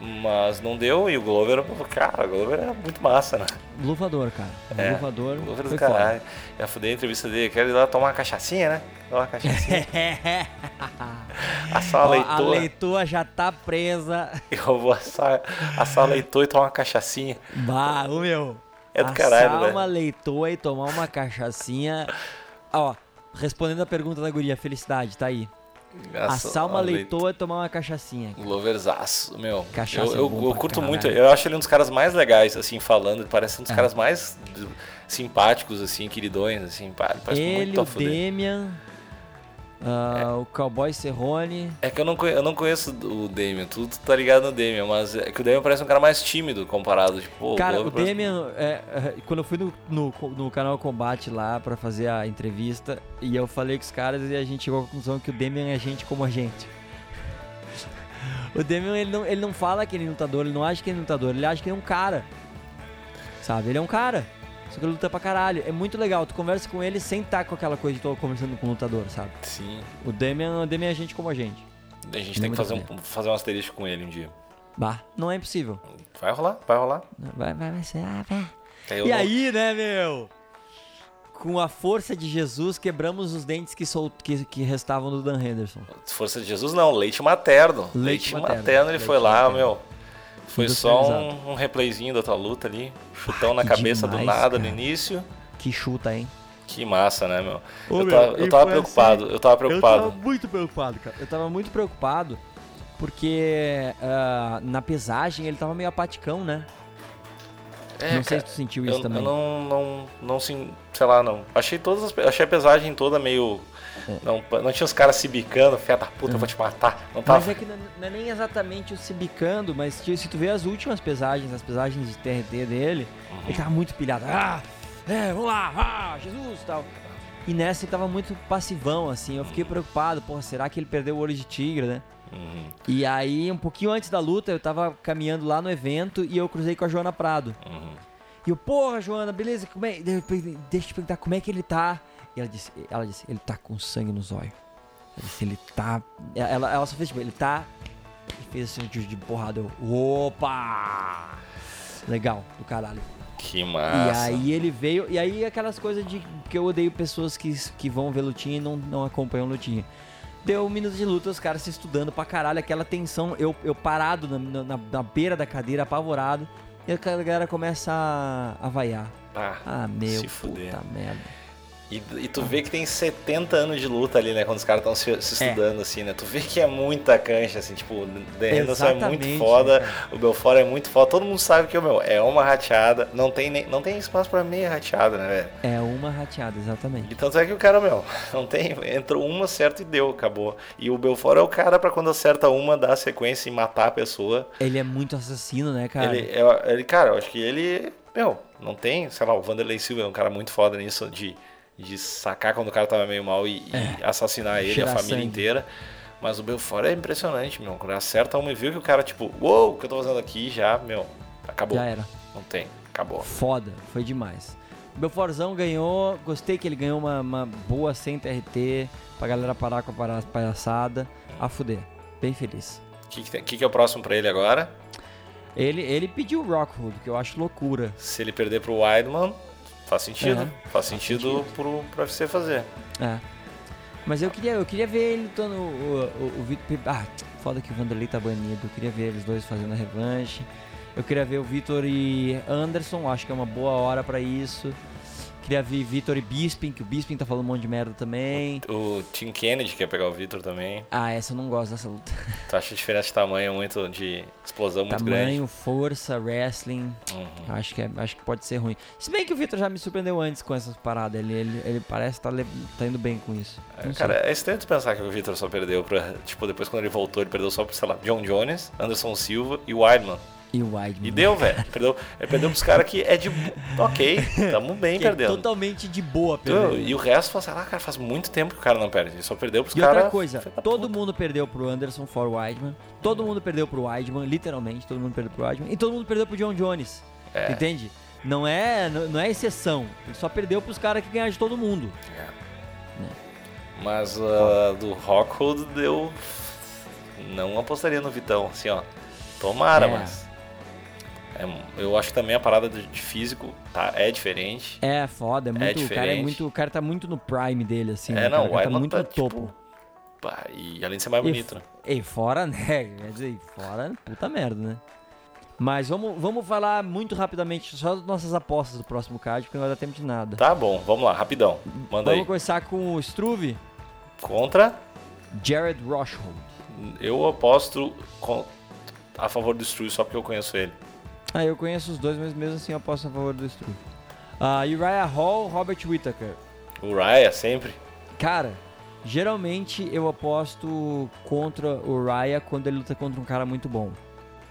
B: Mas não deu e o Glover, cara, o Glover era muito massa, né?
A: Louvador, cara.
B: É,
A: Louvador.
B: O Glover do
A: foi foda.
B: caralho. Já fudei a entrevista dele, quero ir lá tomar uma cachaçinha, né? Tomar uma cachaçinha.
A: Ó,
B: assar uma
A: a
B: leitor.
A: leitura já tá presa.
B: Eu vou assar, assar uma leitor e tomar uma cachaçinha.
A: Bah, ô meu.
B: É do caralho,
A: Assar
B: né?
A: uma leitoa e tomar uma cachaçinha. Ó, respondendo a pergunta da guria, felicidade, tá aí. Assar uma leitoa e tomar uma cachaçinha.
B: Gloverzaço, meu.
A: Cachaça
B: eu,
A: é
B: eu-
A: bom
B: eu
A: pra
B: curto
A: caralho. É.
B: muito. Eu acho ele um dos caras mais legais, assim, falando. Ele parece um dos caras mais d- simpáticos, assim, queridões, assim. pá, Ele parece
A: Ele,
B: muito
A: o
B: a fuder.
A: Demian, ah, o Cowboy Serrone.
B: É que eu não, conhe- eu não conheço o Damien, tu, tu tá ligado no Damien, mas é que o Damien parece um cara mais tímido comparado. Tipo, pô,
A: Cara, o
B: Glover parece-
A: Demian, é, é, quando eu fui no, no, no canal Combate lá pra fazer a entrevista, e eu falei com os caras e a gente chegou à conclusão que o Demian é gente como a gente. O Demian, ele não, ele não fala que ele é lutador, ele não acha que ele é lutador, ele acha que ele é um cara. Sabe? Ele é um cara. Só que ele luta pra caralho. É muito legal, tu conversa com ele sem estar com aquela coisa de tô conversando com um lutador, sabe?
B: Sim.
A: O Demian, o Demian é gente como a gente.
B: A gente tem
A: Muito
B: que fazer um,
A: bem.
B: fazer um asterisco com ele um dia.
A: Bah, não é impossível.
B: Vai rolar, vai rolar.
A: Vai, vai, vai ser. Ah, vai.
B: Eu
A: e
B: não-
A: aí, né, meu? Com a força de Jesus, quebramos os dentes que, sol... que, que restavam do Dan Henderson.
B: Força de Jesus não, leite materno. Leite,
A: Leite
B: materno,
A: materno.
B: ele
A: Leite
B: foi lá,
A: materno.
B: meu. Foi só um,
A: Industrializado.
B: um replayzinho da tua luta ali. Chutão na
A: que
B: cabeça do
A: demais,
B: nada no
A: cara.
B: início.
A: Que chuta, hein?
B: Que massa, né, meu?
A: Ô,
B: eu,
A: meu,
B: tava, eu
A: e
B: tava
A: foi assim,
B: preocupado, eu tava
A: Eu
B: preocupado.
A: tava muito preocupado, cara. Eu tava muito preocupado porque ah, na pesagem ele tava meio apaticão, né?
B: É,
A: não sei
B: cara,
A: se tu sentiu
B: eu,
A: isso
B: eu
A: também.
B: não, não, não sim, sei lá, não. Achei todas as, achei a pesagem toda meio.
A: É.
B: Não, não tinha os caras se bicando, fia da puta, eu vou te matar. Não
A: Mas
B: tava.
A: é que não não é nem exatamente o se bicando, mas se se tu vê as últimas pesagens, as pesagens de TRT dele, ele tava muito pilhado. Ah, é, vamos lá, ah, Jesus e tal. E nessa ele tava muito passivão, assim. Eu fiquei preocupado, porra, será que ele perdeu o olho de tigre, né?
B: Uhum,
A: E aí, um pouquinho antes da luta, eu tava caminhando lá no evento e eu cruzei com a Joana Prado.
B: uhum.
A: E eu, porra, Joana, beleza, como é? Daí eu perguntei, Deixa eu te perguntar como é que ele tá. E ela disse, ela disse, ele tá com sangue nos olhos. Ela disse, ele tá. Ela, ela só fez tipo, ele tá. E fez assim de, de porrada. Eu, opa! Legal, do caralho.
B: Que massa.
A: E aí ele veio. E aí aquelas coisas de que eu odeio pessoas que, que vão ver lutinha e não, não acompanham lutinha. Deu um minuto de luta, os caras se estudando pra caralho, aquela tensão, eu, eu parado na, na, na- na beira da cadeira, apavorado, e a galera começa a, a vaiar.
B: Pá.
A: Ah, meu,
B: Se fuder.
A: puta merda.
B: Tá. E, e tu vê que tem 70 anos de luta ali, né? Quando os caras estão se, se
A: É.
B: estudando, assim, né? Tu vê que é muita cancha, assim, tipo, o The Henderson é muito
A: Exatamente,
B: foda,
A: né,
B: o Belfort é muito foda, todo mundo sabe que o meu é uma rateada, não tem, nem, não tem espaço pra meia rateada, né, velho?
A: É uma rateada, exatamente.
B: E tanto é que o cara, meu, não tem. Entrou uma, certa e deu, acabou. E o Belfort é o cara pra quando acerta uma, dar a sequência e matar a pessoa.
A: Ele é muito assassino, né, cara?
B: Ele, é- ele, cara, eu acho que ele, meu, não tem, sei lá, o Vanderlei Silva é um cara muito foda nisso de, de sacar quando o cara tava meio mal e, e assassinar ele, a
A: Cheirar
B: família
A: É. sangue.
B: inteira. Mas o Belfort é impressionante, meu. Quando ele acerta uma e viu que o cara, tipo, uou, o que eu tô fazendo aqui já, meu, acabou.
A: Já é. era.
B: Não tem, acabou.
A: Foda, foi demais. O Belforzão ganhou, gostei que ele ganhou uma, uma boa sem TRT, pra galera parar com a para- palhaçada. A fuder, bem feliz.
B: O que, que, tem- que que é o próximo pra ele agora?
A: Ele, ele pediu o Rockhold, que eu acho loucura.
B: Se ele perder pro Weidman, faz sentido.
A: É,
B: faz, sentido, Pro, pro UFC fazer.
A: É. Mas eu queria, eu queria ver ele lutando o, o, o Vitor. Pe- Ah, foda que o Vanderlei tá banido. Eu queria ver eles dois fazendo a revanche. Eu queria ver o Vitor e Anderson, acho que é uma boa hora pra isso. Queria ver Vitor e Bisping, que o Bisping tá falando um monte de merda também.
B: O Tim Kennedy quer pegar o Victor também.
A: Ah, essa eu não gosto dessa luta.
B: Tu acha diferença de tamanho muito, de explosão muito grande.
A: Tamanho, força, wrestling.
B: Uhum.
A: Acho que, é- acho que pode ser ruim. Se bem que o Vitor já me surpreendeu antes com essas paradas. Ele, ele, ele parece estar tá, le- tá indo bem com isso. Não sei.
B: Cara, é estranho tu pensar que o Victor só perdeu pra. Tipo, depois quando ele voltou, ele perdeu só pra, sei lá, John Jones, Anderson Silva e Weidman.
A: e o Weidman. né?
B: E deu, velho. Perdeu, ele perdeu pros caras que é de. Ok, tamo bem
A: Que é
B: perdendo.
A: totalmente de boa,
B: Tu-
A: perdeu.
B: E o resto, fala, ah, cara, faz muito tempo que o cara não perde. Ele só perdeu pros
A: E
B: caras.
A: outra coisa, todo mundo perdeu pro Anderson for Weidman, todo mundo perdeu pro Weidman, literalmente, todo mundo perdeu pro Weidman, e todo mundo perdeu pro John Jones.
B: É.
A: Entende? Não é, não não é exceção. Ele só perdeu pros caras que ganharam de todo mundo.
B: É. Mas ah, do Rockhold eu não apostaria no Vitão, assim, ó. Tomara,
A: É.
B: mas. é, eu acho que também a parada de de físico tá, é diferente.
A: É foda, é muito. o, cara é
B: diferente.
A: muito o cara tá muito no prime dele, assim.
B: É,
A: né,
B: não,
A: cara?
B: o
A: o cara tá
B: Island
A: muito
B: tá,
A: no topo.
B: Pá, e além de ser mais
A: E
B: bonito, né?
A: E fora, né? Quer dizer, e fora, puta merda, né? Mas vamos, vamos falar muito rapidamente só das nossas apostas do próximo card, porque não vai dar tempo de nada.
B: Tá bom, vamos lá, rapidão. Manda
A: vamos
B: aí.
A: começar com o Struve,
B: Contra,
A: Jared Roshold.
B: eu aposto con- a favor do Struy só porque eu conheço ele.
A: Ah, eu conheço os dois, mas mesmo assim eu aposto a favor do Struve. Ah, Uriah Hall, Robert Whittaker.
B: O Raya, sempre.
A: Cara, geralmente eu aposto contra o Raya quando ele luta contra um cara muito bom.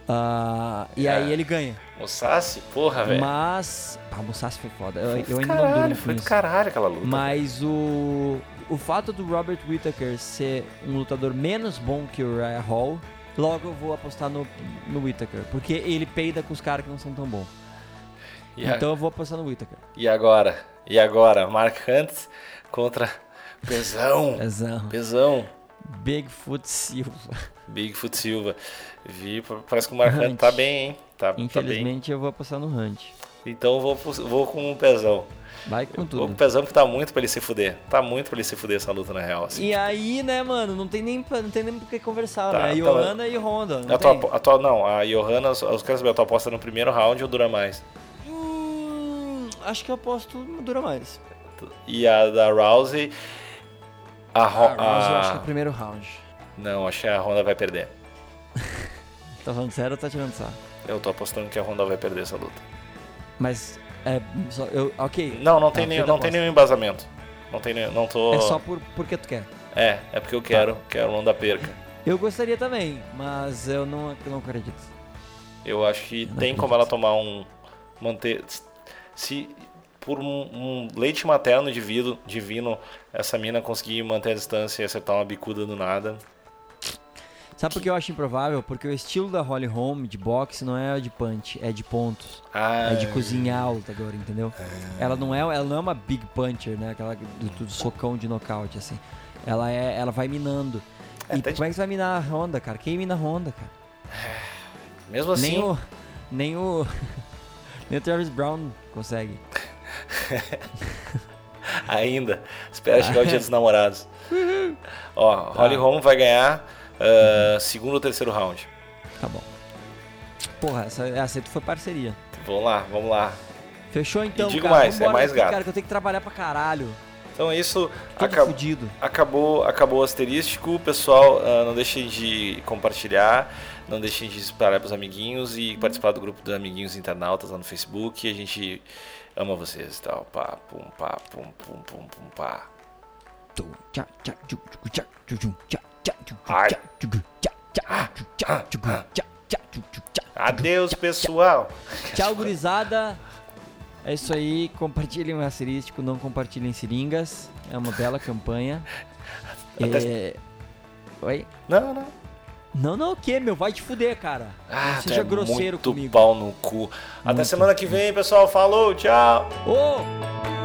A: Ah, e aí
B: É. Tá
A: ele ganha.
B: O Sassi, porra, velho.
A: Mas. Ah, o Musashi foi foda. Eu, eu ainda não
B: Caralho,
A: durmo com
B: foi do
A: isso.
B: caralho aquela luta.
A: Mas o, o fato do Robert Whittaker ser um lutador menos bom que o Ryan Hall, logo eu vou apostar no, no Whittaker, porque ele peida com os caras que não são tão bons.
B: E, é. a-
A: Então eu vou apostar no Whittaker.
B: e agora? E agora? Mark Hunt contra Pesão.
A: Exato.
B: Pesão.
A: Bigfoot Silva.
B: Bigfoot Silva. Vi, parece que o Mark Hunt
A: Hunt.
B: tá bem, hein? Tá, tá bem.
A: Infelizmente eu vou apostar no Hunt.
B: Então eu vou, pro- vou com o Pesão.
A: Vai com
B: Vou com
A: tudo.
B: o Pesão que tá muito pra ele se fuder. Tá muito pra ele se fuder essa luta, na real. assim.
A: E aí, né, mano, não tem nem, pra- não tem nem por que conversar,
B: Tá,
A: né?
B: então-
A: Johanna e Honda. Não
B: A tua,
A: tem?
B: apo- a tua- não, a Johanna, os- os caras saber, a tua aposta é no primeiro round ou dura mais?
A: Hum, acho que eu aposto no Dura Mais.
B: E a da Rousey. A, Ro-
A: Ah, mas eu acho que é
B: a-
A: o primeiro round.
B: Não, acho que a Honda vai perder.
A: Tá falando sério ou tá tirando sarro?
B: Eu tô apostando que a Honda vai perder essa luta.
A: Mas é só eu, ok.
B: Não, não tem,
A: Tá,
B: nenhum,
A: feita a
B: não tem
A: aposta.
B: nenhum embasamento. Não tem nenhum, não tô...
A: É só Tá. por porque tu quer.
B: É, é porque eu quero, quero Honda perca.
A: Eu gostaria também, mas eu não, eu não acredito.
B: Eu acho que
A: não
B: tem como
A: acredito.
B: ela tomar um... Manter... Se por um, um leite materno divino, divino, essa mina conseguir manter a distância e acertar uma bicuda do nada...
A: Sabe por que eu acho improvável? Porque o estilo da Holly Holm de boxe não é de punch, é de pontos.
B: Ah,
A: É de cozinhar o lutador, entendeu? Ela não é, ela não é uma big puncher, né? Aquela do, do socão de nocaute, assim. Ela é, ela vai minando.
B: É,
A: e
B: até de-
A: como é que você vai minar a Honda, cara? Quem mina a Honda, cara?
B: Mesmo assim...
A: Nem o. Nem o. Nem o Travis Brown consegue.
B: Ainda. Espera chegar o dia dos namorados.
A: Tá.
B: Ó, Holly Holm vai ganhar ah, segundo ou terceiro round.
A: Tá bom. Porra, essa, essa aí tu foi parceria.
B: Vamos lá, vamos lá.
A: Fechou então,
B: E digo
A: cara.
B: mais, é
A: Vambora
B: mais
A: daqui,
B: gato.
A: Cara, que eu tenho que trabalhar pra caralho.
B: Então isso
A: Todo
B: acab-
A: fudido.
B: acabou, acabou o asterístico. Pessoal, ah, não deixem de compartilhar, não deixem de espalhar para os amiguinhos e participar do grupo dos amiguinhos internautas lá no Facebook. A gente ama vocês e tal. Pá, pum, pá, pum, pum, pum, pum, pá.
A: Tum, tchá, tchá, tchum, tchucu, tchá, tchum, tchum, tchá, tchá, tchum, tchum,
B: Ai. Ah.
A: tchá, tchucu, tchá, tchá, tchum, tchá, tchucu, tchá, tchá, tchum, tchum, tchá.
B: Adeus, pessoal.
A: Tchau, gurizada. É isso aí. Compartilhem o asterístico, não compartilhem seringas. É uma bela campanha. É... Oi?
B: Não, não.
A: Não, não, o quê, meu? Vai te fuder, cara.
B: Ah,
A: Não
B: tu
A: seja
B: é
A: grosseiro
B: muito
A: comigo.
B: pau no cu. Até semana que vem, pessoal. Falou, tchau.
A: Ô!